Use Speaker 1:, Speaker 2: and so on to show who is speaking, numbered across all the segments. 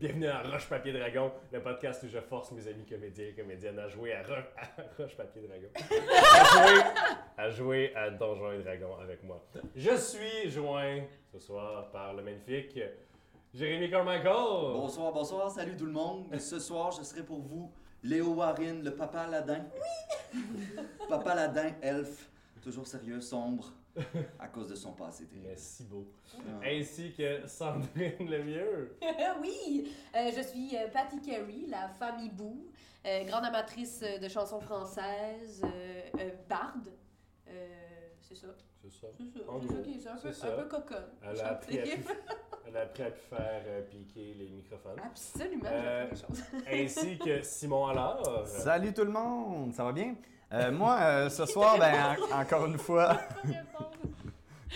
Speaker 1: Bienvenue à Roche Papier Dragon, le podcast où je force mes amis comédiens et comédiennes à jouer à, Ro- à Roche Papier Dragon. à, jouer, à jouer à Donjons et Dragons avec moi. Je suis joint ce soir par le magnifique Jérémy Carmichael.
Speaker 2: Bonsoir, bonsoir, salut tout le monde. Ce soir, je serai pour vous Léo Warren, le papa Aladdin. papa Aladdin, elfe, toujours sérieux, sombre, à cause de son passé
Speaker 1: Il est
Speaker 2: terrible.
Speaker 1: si beau.
Speaker 2: Ah.
Speaker 1: Ainsi que Sandrine Lemieux.
Speaker 3: oui, Euh, je suis euh, Patty Carey, la femme hibou, euh, grande amatrice euh, de chansons françaises, euh, euh, barde. Euh, c'est ça,
Speaker 1: C'est ça.
Speaker 3: c'est ça.
Speaker 1: En
Speaker 3: C'est
Speaker 1: gros,
Speaker 3: ça qui est ça, un
Speaker 1: c'est
Speaker 3: peu,
Speaker 1: ça.
Speaker 3: un peu coconne.
Speaker 1: Elle a appris à pu- elle a appris à pu faire euh, piquer les microphones.
Speaker 3: Absolument,
Speaker 1: Euh,
Speaker 3: j'ai appris des choses.
Speaker 1: Ainsi que Simon Allard.
Speaker 4: Salut tout le monde, ça va bien? Euh, moi, euh, ce soir, ben, en- encore une fois,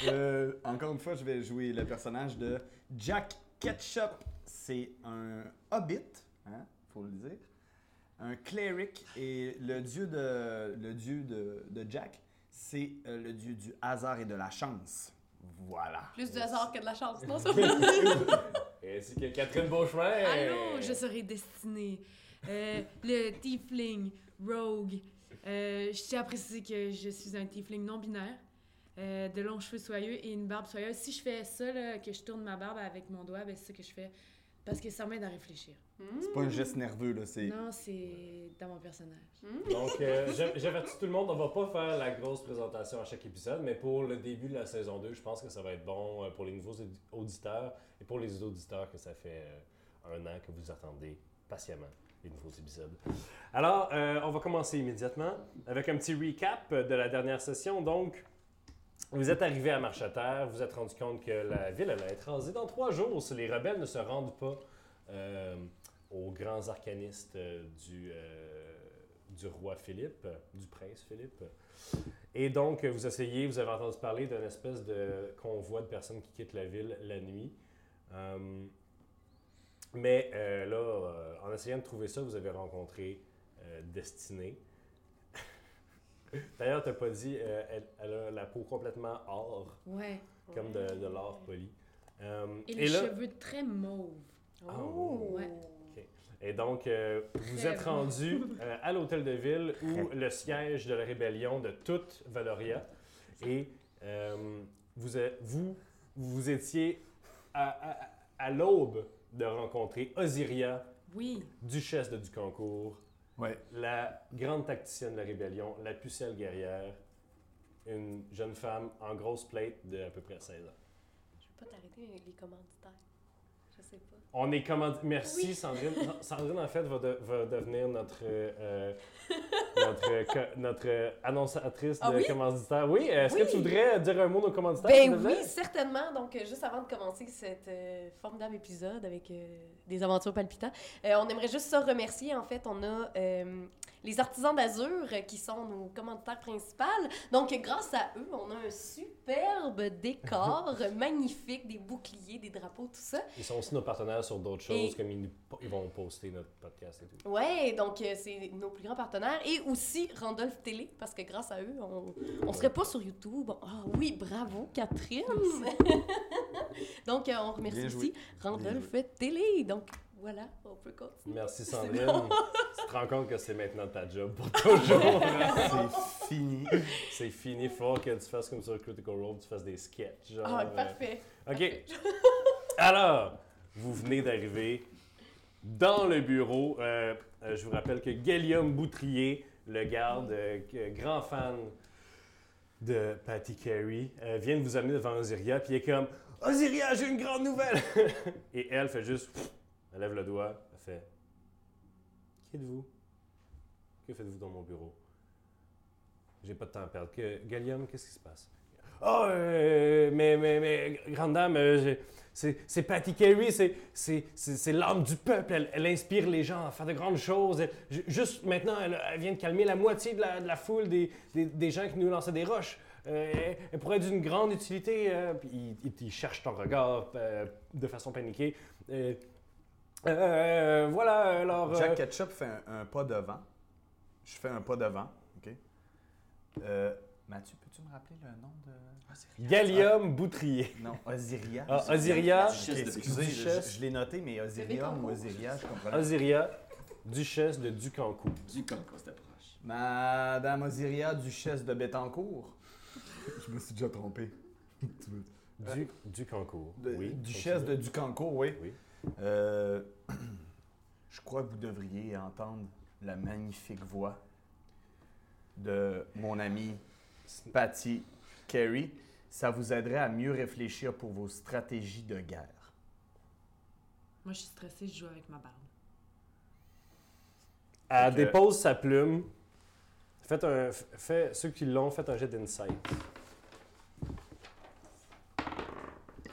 Speaker 4: euh, encore une fois, je vais jouer le personnage de Jack Ketchup. C'est un hobbit, hein, faut le dire, un cleric et le dieu de, le dieu de, de Jack, c'est euh, le dieu du hasard et de la chance. Voilà.
Speaker 3: Plus de hasard que de la chance, non? Ça...
Speaker 1: Ainsi que Catherine Beauchemin. Euh.
Speaker 5: Allô, je serai destinée. Euh, le tiefling, rogue. Euh, je tiens à préciser que je suis un tiefling non-binaire, euh, de longs cheveux soyeux et une barbe soyeuse. Si je fais ça, là, que je tourne ma barbe avec mon doigt, ben, c'est ça que je fais. Parce que ça m'aide à réfléchir.
Speaker 3: Hmm.
Speaker 4: C'est pas un geste nerveux, là, c'est...
Speaker 5: Non, c'est dans mon personnage.
Speaker 1: Donc, euh, j'a- j'avertis tout le monde, on va pas faire la grosse présentation à chaque épisode, mais pour le début de la saison 2, je pense que ça va être bon euh, pour les nouveaux audi- auditeurs et pour les auditeurs que ça fait euh, un an que vous attendez patiemment les nouveaux épisodes. Alors, euh, on va commencer immédiatement avec un petit recap de la dernière session. Donc, vous êtes arrivé à Marche à Terre, vous vous êtes rendu compte que la ville allait être rasée dans trois jours si les rebelles ne se rendent pas euh, aux grands arcanistes euh, du, euh, du roi Philippe, euh, du prince Philippe. Et donc, euh, vous essayez, vous avez entendu parler d'une espèce de convoi de personnes qui quittent la ville la nuit. Euh, mais euh, là, euh, en essayant de trouver ça, vous avez rencontré euh, Destinée. D'ailleurs, t'as pas dit, euh, elle, elle a la peau complètement or,
Speaker 5: Ouais.
Speaker 1: comme de, de l'or poli. Euh,
Speaker 5: Et, les cheveux très mauves.
Speaker 1: Oh.
Speaker 5: Ouais.
Speaker 1: Et donc, euh, vous
Speaker 5: Très
Speaker 1: êtes
Speaker 5: bon.
Speaker 1: rendu euh, à l'hôtel de ville où le siège de la rébellion de toute Valoria. Et euh, vous, êtes- vous, vous étiez à, à- à l'aube de rencontrer Osiria,
Speaker 5: Oui.
Speaker 1: duchesse de Ducancourt,
Speaker 4: Ouais.
Speaker 1: la grande tacticienne de la rébellion, la pucelle guerrière, une jeune femme en grosse plate de à peu près 16 ans.
Speaker 3: Je vais pas t'arrêter avec les commanditaires. Je sais pas.
Speaker 1: On est commandé. Merci, Sandrine. Non, Sandrine, en fait, va, de- va devenir notre, euh, euh, notre, euh, co- notre euh, annonçatrice
Speaker 3: Ah
Speaker 1: de
Speaker 3: oui?
Speaker 1: commanditaire. Oui, euh, est-ce que
Speaker 3: Oui.
Speaker 1: tu voudrais dire un mot aux commanditaires? s'il
Speaker 3: Ben
Speaker 1: te plaît?
Speaker 3: oui, certainement. Donc, euh, juste avant de commencer cet euh, formidable épisode avec euh, des aventures palpitantes, euh, on aimerait juste se remercier. En fait, on a euh, les artisans d'Azur euh, qui sont nos commanditaires principaux. Donc, euh, grâce à eux, on a un superbe décor euh, magnifique, des boucliers, des drapeaux, tout ça.
Speaker 1: Ils sont aussi nos partenaires sur d'autres choses,
Speaker 3: Et-
Speaker 1: comme ils, nous po- ils vont poster notre podcast et tout.
Speaker 3: Ouais, donc euh, c'est nos plus grands partenaires et aussi Randolph Télé parce que grâce à eux, on, on serait pas sur YouTube. Ah oui, bravo Catherine. donc euh, on remercie
Speaker 4: Bien joué.
Speaker 3: aussi Randolph Télé. Donc voilà, on peut continuer.
Speaker 1: Merci,
Speaker 3: C'est
Speaker 1: Sandrine.
Speaker 3: bon.
Speaker 1: tu te rends compte que c'est maintenant ta job pour toujours. hein?
Speaker 4: C'est fini.
Speaker 1: c'est fini. Faut que tu fasses comme sur Critical Role, tu fasses des sketchs. genre,
Speaker 3: Ah,
Speaker 1: euh,
Speaker 3: parfait.
Speaker 1: OK. Alors, vous venez d'arriver dans le bureau. Euh, euh, je vous rappelle que Guillaume Boutrier, le garde, euh, que- grand fan de Patty Carey, euh, vient de vous amener devant Osiria, puis il est comme Osiria, j'ai une grande nouvelle Et elle fait juste Elle lève le doigt, elle fait Qui êtes-vous Que faites-vous dans mon bureau J'ai pas de temps à perdre. Que, Guillaume, qu'est-ce qui se passe Ah, euh, mais, mais, mais, grande dame, euh, j'ai- c'est c'est Patty Carey, c'est- c'est c'est- c'est l'âme du peuple. Elle, elle inspire les gens à faire de grandes choses. Elle- ju- juste maintenant, elle, elle vient de calmer la moitié de la, de la foule des, des- des gens qui nous lançaient des roches. Euh, elle, elle pourrait être d'une grande utilité. euh, puis il, il- il cherche ton regard euh, de façon paniquée. Euh, euh, voilà, alors. euh,
Speaker 4: Jack Ketchup fait un, un pas devant. Je fais un pas devant, OK? Euh, Mathieu, peux-tu me rappeler le nom de. Ah.
Speaker 1: Gallium Boutrier.
Speaker 4: Non, Osiria.
Speaker 1: Ah, Osiria.
Speaker 4: Ok, excusez, je, je l'ai noté, mais Osirium ou
Speaker 3: Bécancour.
Speaker 4: Osiria, je comprends.
Speaker 1: Osiria, duchesse de Ducancourt.
Speaker 2: Du coco, c'est proche.
Speaker 4: Madame Osiria, duchesse de Bétancourt. je me suis déjà trompé.
Speaker 1: Du, Ducancourt.
Speaker 4: De-
Speaker 1: oui.
Speaker 4: duchesse de
Speaker 1: continue.
Speaker 4: Ducancourt, oui.
Speaker 1: Oui.
Speaker 4: Euh, je crois que vous devriez entendre la magnifique voix de mon ami Patty Carey. Ça vous aiderait à mieux réfléchir pour vos stratégies de guerre.
Speaker 5: Moi, je suis stressée, je joue avec ma barbe.
Speaker 1: Elle
Speaker 4: Fait que-
Speaker 1: dépose sa plume. Faites un, f- fait, ceux qui l'ont, faites un jet d'insight.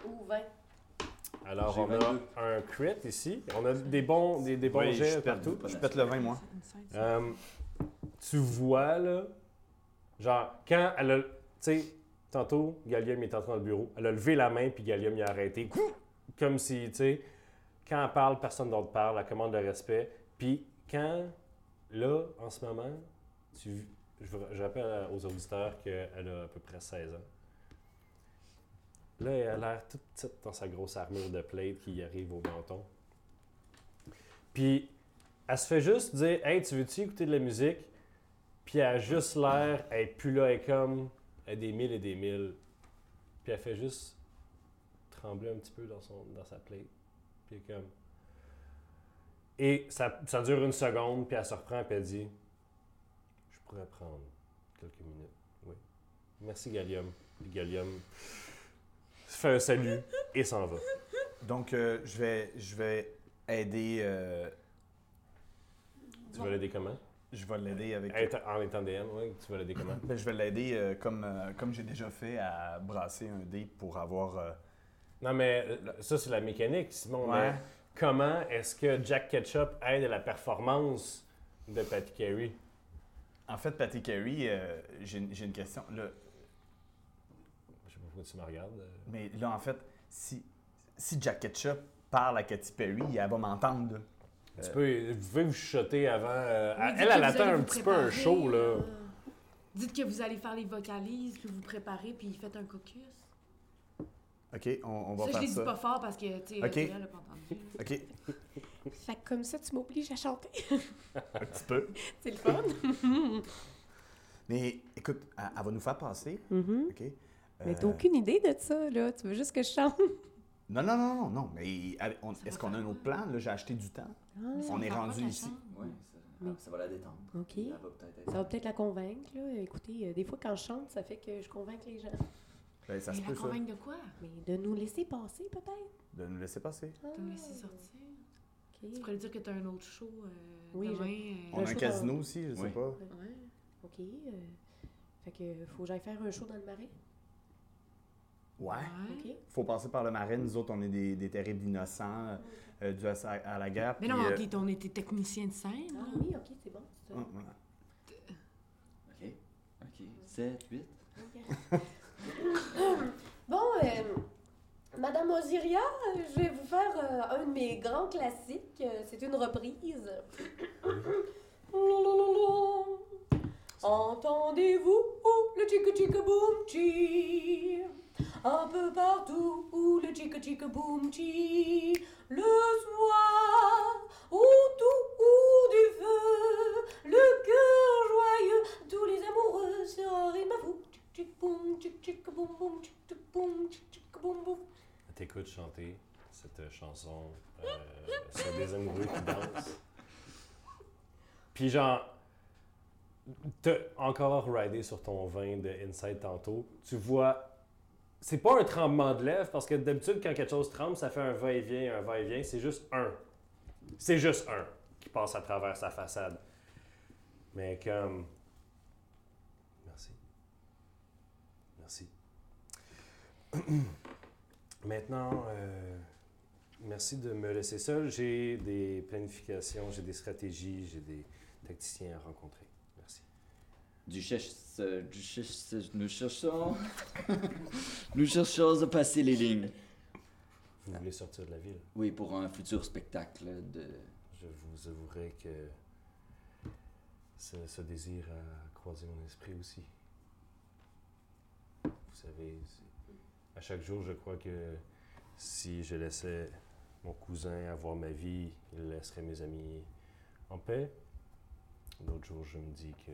Speaker 3: Ou 20.
Speaker 1: Alors,
Speaker 2: J'ai
Speaker 1: on a
Speaker 2: 22.
Speaker 1: un crit ici. On a des bons, des, des bons
Speaker 4: Oui, je
Speaker 1: jets
Speaker 4: pète-
Speaker 1: partout.
Speaker 4: Je pète le vin, moi.
Speaker 1: Euh, tu vois, là, genre, quand elle a. Tu sais, tantôt, Gallium est entré dans le bureau. Elle a levé la main, puis Gallium y a arrêté. Comme si, tu sais, quand elle parle, personne d'autre parle. Elle commande le respect. Puis quand, là, en ce moment, tu, je, vous- je rappelle aux auditeurs qu'elle a à peu près 16 ans. Là, elle a l'air toute petite dans sa grosse armure de plaid qui arrive au menton. Puis elle se fait juste dire Hey, tu veux-tu écouter de la musique Puis elle a juste l'air, elle est plus là, elle est comme elle est des mille et des mille. Puis elle fait juste trembler un petit peu dans, son, dans sa plaie. Puis elle est comme. Et ça, ça dure une seconde, puis elle se reprend, puis elle dit Je pourrais prendre quelques minutes. Oui. Merci, Gallium. Puis Gallium fait un salut et s'en va.
Speaker 4: Donc, euh, je, vais, je vais aider. euh,
Speaker 1: Tu vas l'aider comment
Speaker 4: je vais l'aider avec.
Speaker 1: Être- En étant DM, oui, tu vas l'aider comment
Speaker 4: Ben, je vais l'aider euh, comme, euh, comme j'ai déjà fait à brasser un dé pour avoir. euh,
Speaker 1: Non, mais euh, ça, c'est la mécanique, Simon.
Speaker 4: Ouais.
Speaker 1: mais comment est-ce que Jack Ketchup aide à la performance de Patty Carey?
Speaker 4: En fait, Patty Carey, euh, j'ai une j'ai une question. Là,
Speaker 1: Je sais pas pourquoi tu me regardes. euh.
Speaker 4: mais là, en fait, si, si Jack Ketchup parle à Katy Perry, elle va m'entendre. là.
Speaker 1: Tu
Speaker 4: Euh.
Speaker 1: peux, vous pouvez vous chuchoter avant. euh,
Speaker 5: Oui,
Speaker 1: elle,
Speaker 5: dites
Speaker 1: elle
Speaker 5: que vous
Speaker 1: attend
Speaker 5: allez
Speaker 1: un
Speaker 5: vous
Speaker 1: petit peu un
Speaker 5: préparer, euh,
Speaker 1: show, là.
Speaker 5: Dites que vous allez faire les vocalises, que vous préparez, puis faites un caucus.
Speaker 4: OK, on, on va
Speaker 5: Ça, je
Speaker 4: faire
Speaker 5: l'ai dit
Speaker 4: ça.
Speaker 5: pas fort parce que, tu sais,
Speaker 4: Ok.
Speaker 5: Adria l'a pas entendu.
Speaker 4: OK,
Speaker 3: Fait que comme ça, tu m'obliges à chanter.
Speaker 4: un petit peu.
Speaker 3: C'est le fun.
Speaker 4: Mais écoute, elle, elle va nous faire passer. OK?
Speaker 3: Mm-hmm. Mais
Speaker 4: Euh,
Speaker 3: t'as aucune idée de ça, là. Tu veux juste que je chante.
Speaker 4: Non, non, non, non, non. Mais elle- on-
Speaker 5: Ça
Speaker 4: est-ce
Speaker 5: va
Speaker 4: qu'on a
Speaker 5: faire
Speaker 4: un autre plan? Là, j'ai acheté du temps.
Speaker 5: Mais ça
Speaker 4: On
Speaker 5: me
Speaker 4: est
Speaker 5: parle pas
Speaker 4: rendu
Speaker 5: de la
Speaker 4: ici.
Speaker 5: chambre.
Speaker 2: Ouais, ça, ah,
Speaker 3: Mais-
Speaker 2: ça va la détendre.
Speaker 3: OK.
Speaker 2: Elle va peut-être être-
Speaker 3: Ça va peut-être la convaincre, là. Écoutez, euh, des fois, quand je chante, ça fait que je convainc les gens.
Speaker 4: Ben, ça
Speaker 5: Mais
Speaker 4: se
Speaker 5: la
Speaker 4: peut, ça.
Speaker 5: convaincre de quoi?
Speaker 3: Mais de nous laisser passer, peut-être. hein?
Speaker 4: De nous laisser passer.
Speaker 5: De me laisser sortir. Tu
Speaker 3: OK.
Speaker 5: pourrais lui dire que t'as un autre show euh,
Speaker 3: Oui, je-
Speaker 5: demain.
Speaker 4: On
Speaker 6: Ben,
Speaker 5: euh,
Speaker 4: a un
Speaker 3: show
Speaker 4: casino aussi, je sais
Speaker 2: Oui.
Speaker 4: pas.
Speaker 5: ouais.
Speaker 3: OK. euh, Fait que faut que j'aille faire un show dans le marais.
Speaker 4: Ouais.
Speaker 5: Ouais.
Speaker 3: OK.
Speaker 4: faut passer par le marais. Nous autres, on est des, des terribles innocents euh, euh, dus à, sa- à la guerre.
Speaker 5: Mais
Speaker 4: puis,
Speaker 5: non,
Speaker 4: euh,
Speaker 5: on était- on était technicien de scène.
Speaker 3: Ah
Speaker 5: là.
Speaker 3: oui, OK, c'est bon. c'est ça.
Speaker 4: hum, hum.
Speaker 2: OK. OK. 7, 8.
Speaker 3: Bon, euh, Madame Osiria, euh, je vais vous faire euh, un de mes grands classiques. Euh, C'est une reprise. Lalalalam. Entendez-vous où le chic chic boom chi Un peu partout où le chic chic boom chi Le soir autour du feu Le cœur joyeux tous les amoureux sur un rythme à vous. Tchic, tchic, boum, tchic, tchic, boum, boum, tchic, tchic, boum, tchic, tchic, boum, boum.
Speaker 1: Elle t'écoute chanter cette euh, chanson euh, sur des amoureux qui dansent. Puis genre, t'as encore ridé sur ton vin de Inside tantôt. Tu vois, c'est pas un tremblement de lèvres parce que d'habitude quand quelque chose tremble, ça fait un va-et-vient, un va-et-vient. C'est juste un. C'est juste un qui passe à travers sa façade. Mais comme, merci, merci. Maintenant, euh, merci de me laisser seul. J'ai des planifications, j'ai des stratégies, j'ai des tacticiens à rencontrer. Merci.
Speaker 2: Duchesse, euh, duchesse, nous cherchons. nous cherchons à passer les lignes.
Speaker 1: Vous voulez sortir de la ville?
Speaker 2: Oui, pour un futur spectacle de.
Speaker 1: Je vous avouerai que ce, ce désir a croisé mon esprit aussi. vous savez, c'est- à chaque jour, je crois que si je laissais mon cousin avoir ma vie, il laisserait mes amis en paix. D'autres jours, je me dis que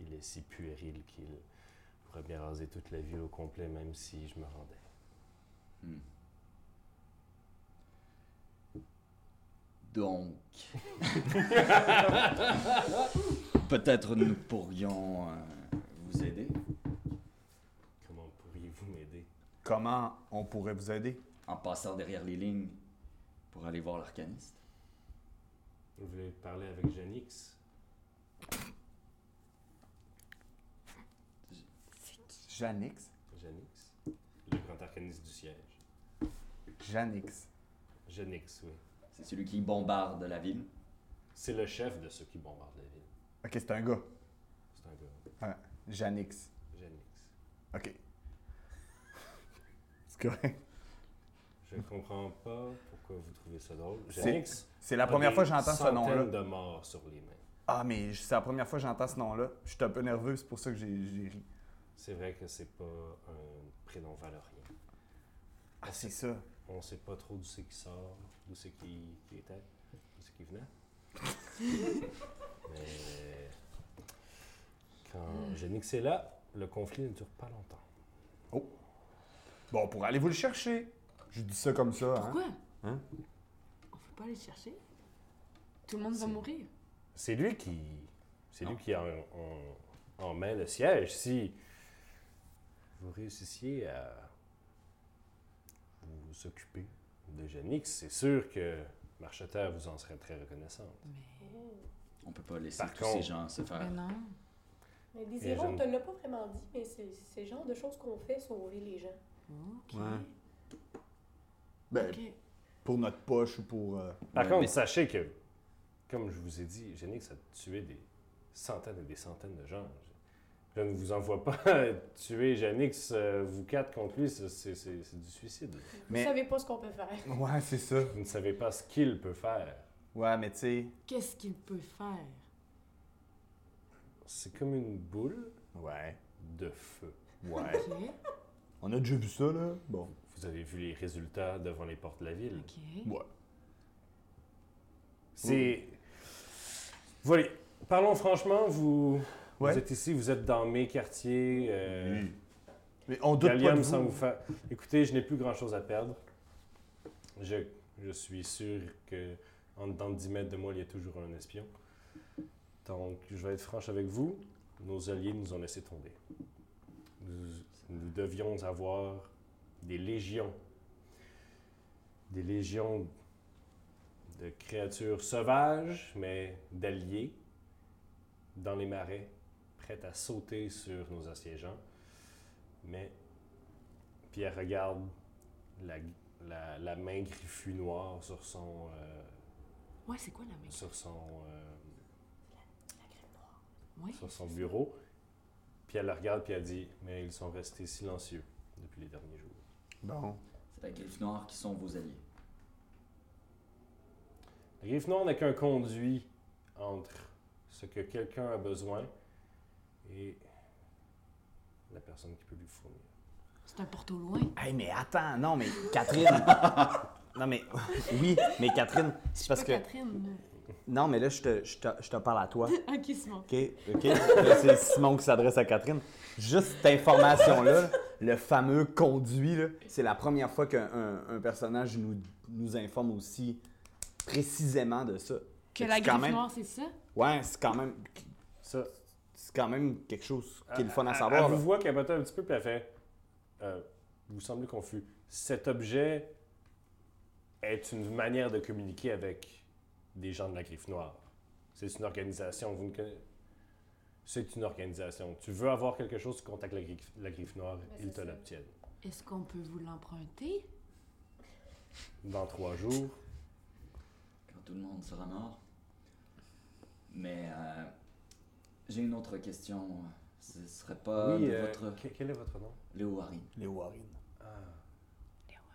Speaker 1: il est si puéril qu'il pourrait bien raser toute la ville au complet, même si je me rendais.
Speaker 2: Hmm. Donc, peut-être nous pourrions euh, vous aider
Speaker 1: Comment pourriez-vous m'aider?
Speaker 4: Comment on pourrait vous aider?
Speaker 2: en passant derrière les lignes pour aller voir l'arcaniste.
Speaker 1: Vous voulez parler avec Janix?
Speaker 4: Janix?
Speaker 1: Janix? Le grand arcaniste du siège.
Speaker 4: Janix.
Speaker 1: Janix, oui.
Speaker 2: C'est celui qui bombarde la ville.
Speaker 1: C'est le chef de ceux qui bombardent la ville.
Speaker 4: Ok, c'est un gars.
Speaker 1: C'est un gars.
Speaker 4: Janix.
Speaker 1: Janix.
Speaker 4: Ok. C'est correct.
Speaker 1: Je comprends pas pourquoi vous trouvez ça drôle.
Speaker 4: Hmm. C'est-
Speaker 1: Janix
Speaker 4: C'est la
Speaker 1: a
Speaker 4: première
Speaker 1: des
Speaker 4: fois que j'entends ce
Speaker 1: centaines
Speaker 4: nom-là.
Speaker 1: de morts sur les mains.
Speaker 4: Ah, mais c'est la première fois que j'entends ce nom-là. Je suis un peu nerveux, c'est pour ça que j'ai j'ai ri.
Speaker 1: C'est vrai que c'est pas un prénom valorien.
Speaker 4: Ah, c'est ça.
Speaker 1: On sait pas trop d'où c'est qui sort, d'où c'est qui, qui était, d'où c'est qui venait. Mais quand Janix est là, le conflit ne dure pas longtemps.
Speaker 4: Bon, pour aller vous le chercher. Je dis ça comme ça, hein.
Speaker 7: Pourquoi
Speaker 4: Hein?
Speaker 7: On peut pas aller le chercher. Tout le monde va mourir.
Speaker 1: C'est lui qui. C'est lui qui en, en- en met le siège. Si vous réussissiez à vous occuper de Janix, c'est sûr que Marcheterre vous en serait très reconnaissante.
Speaker 2: On peut pas laisser
Speaker 1: Par
Speaker 2: tous ces
Speaker 1: contre-
Speaker 2: gens se faire.
Speaker 7: Mais non.
Speaker 3: Mais
Speaker 1: Et
Speaker 3: les héros, on
Speaker 1: j'aime-
Speaker 3: te l'a pas vraiment dit, mais c'est c'est le genre de choses qu'on fait sauver les gens.
Speaker 7: Ok.
Speaker 4: Ouais. Ben,
Speaker 7: Ok.
Speaker 4: pour notre poche ou pour. euh,
Speaker 1: Par
Speaker 2: Ouais,
Speaker 1: contre,
Speaker 2: mais-
Speaker 1: sachez que, comme je vous ai dit, Janix a tué des centaines et des centaines de gens. Je, je ne vous envoie pas tuer Janix, euh, vous quatre contre lui, c'est- c'est c'est- c'est du suicide.
Speaker 4: Mais-
Speaker 3: Vous savez pas ce qu'on peut faire.
Speaker 4: Ouais, c'est ça.
Speaker 1: Vous ne savez pas ce qu'il peut faire.
Speaker 4: Ouais, mais tu sais.
Speaker 7: Qu'est-ce qu'il peut faire?
Speaker 1: C'est comme une boule
Speaker 4: Ouais.
Speaker 1: de feu.
Speaker 4: Ouais.
Speaker 7: Ok.
Speaker 4: On a déjà vu ça, là. Bon.
Speaker 1: Vous avez vu les résultats devant les portes de la ville.
Speaker 7: Ok.
Speaker 4: Ouais.
Speaker 1: C'est. Voilà. Parlons franchement, vous...
Speaker 4: Ouais.
Speaker 1: vous êtes ici, vous êtes dans mes quartiers. Euh...
Speaker 4: Mais on doute pas de
Speaker 1: Gallium
Speaker 4: vous.
Speaker 1: sans vous faire. Écoutez, je n'ai plus grand chose à perdre. Je, je suis sûr que en dedans de 10 mètres de moi, il y a toujours un espion. Donc, je vais être franche avec vous. Nos alliés nous ont laissé tomber. Nous, nous devions avoir des légions. Des légions de créatures sauvages, mais d'alliés, dans les marais, prêtes à sauter sur nos assiégeants. Mais Pierre regarde la, la- la main griffue noire sur son. euh,
Speaker 7: Ouais, c'est quoi la main?
Speaker 1: sur son. euh,
Speaker 7: Ouais.
Speaker 1: sur son bureau. Puis elle le regarde, puis elle dit Mais ils sont restés silencieux depuis les derniers jours.
Speaker 4: Bon.
Speaker 2: C'est la griffe noire qui sont vos alliés.
Speaker 1: La griffe noire n'est qu'un conduit entre ce que quelqu'un a besoin et la personne qui peut lui fournir.
Speaker 7: C'est un porte au loin.
Speaker 4: Hey, mais attends, non, mais Catherine. non, mais oui, mais Catherine, c'est parce
Speaker 7: Pas
Speaker 4: que.
Speaker 7: Catherine. euh,
Speaker 4: Non, mais là, je te, je te, je te parle à toi.
Speaker 7: Ok, c'est bon.
Speaker 4: OK, OK. Là, c'est Simon qui s'adresse à Catherine. Juste cette information-là, le fameux conduit, là, c'est la première fois qu'un un- un personnage nous, nous informe aussi précisément de ça.
Speaker 7: Que
Speaker 4: Fait
Speaker 7: la
Speaker 4: c'est quand
Speaker 7: griffe
Speaker 4: même-
Speaker 7: noire, c'est ça?
Speaker 4: Ouais, c'est quand même
Speaker 1: Ça,
Speaker 4: c'est quand même quelque chose qui est le fun à
Speaker 1: Elle-
Speaker 4: savoir.
Speaker 1: Elle
Speaker 4: là.
Speaker 1: Euh, vous voit capoter un petit peu, puis elle fait euh, Vous semblez confus. Cet objet est une manière de communiquer avec des gens de la Griffe Noire. C'est une organisation. Vous ne conna- C'est une organisation. Tu veux avoir quelque chose, tu contactes la Griffe, la Griffe Noire, ils
Speaker 3: c'est
Speaker 1: te
Speaker 3: ça.
Speaker 1: l'obtiennent.
Speaker 7: Est-ce qu'on peut vous l'emprunter?
Speaker 1: Dans trois jours,
Speaker 2: quand tout le monde sera mort. Mais euh, j'ai une autre question. Ce serait pas
Speaker 1: oui,
Speaker 2: de
Speaker 1: euh,
Speaker 2: votre
Speaker 1: que- quel est votre nom
Speaker 2: Léo Harim.
Speaker 4: Les Warren.
Speaker 1: ah,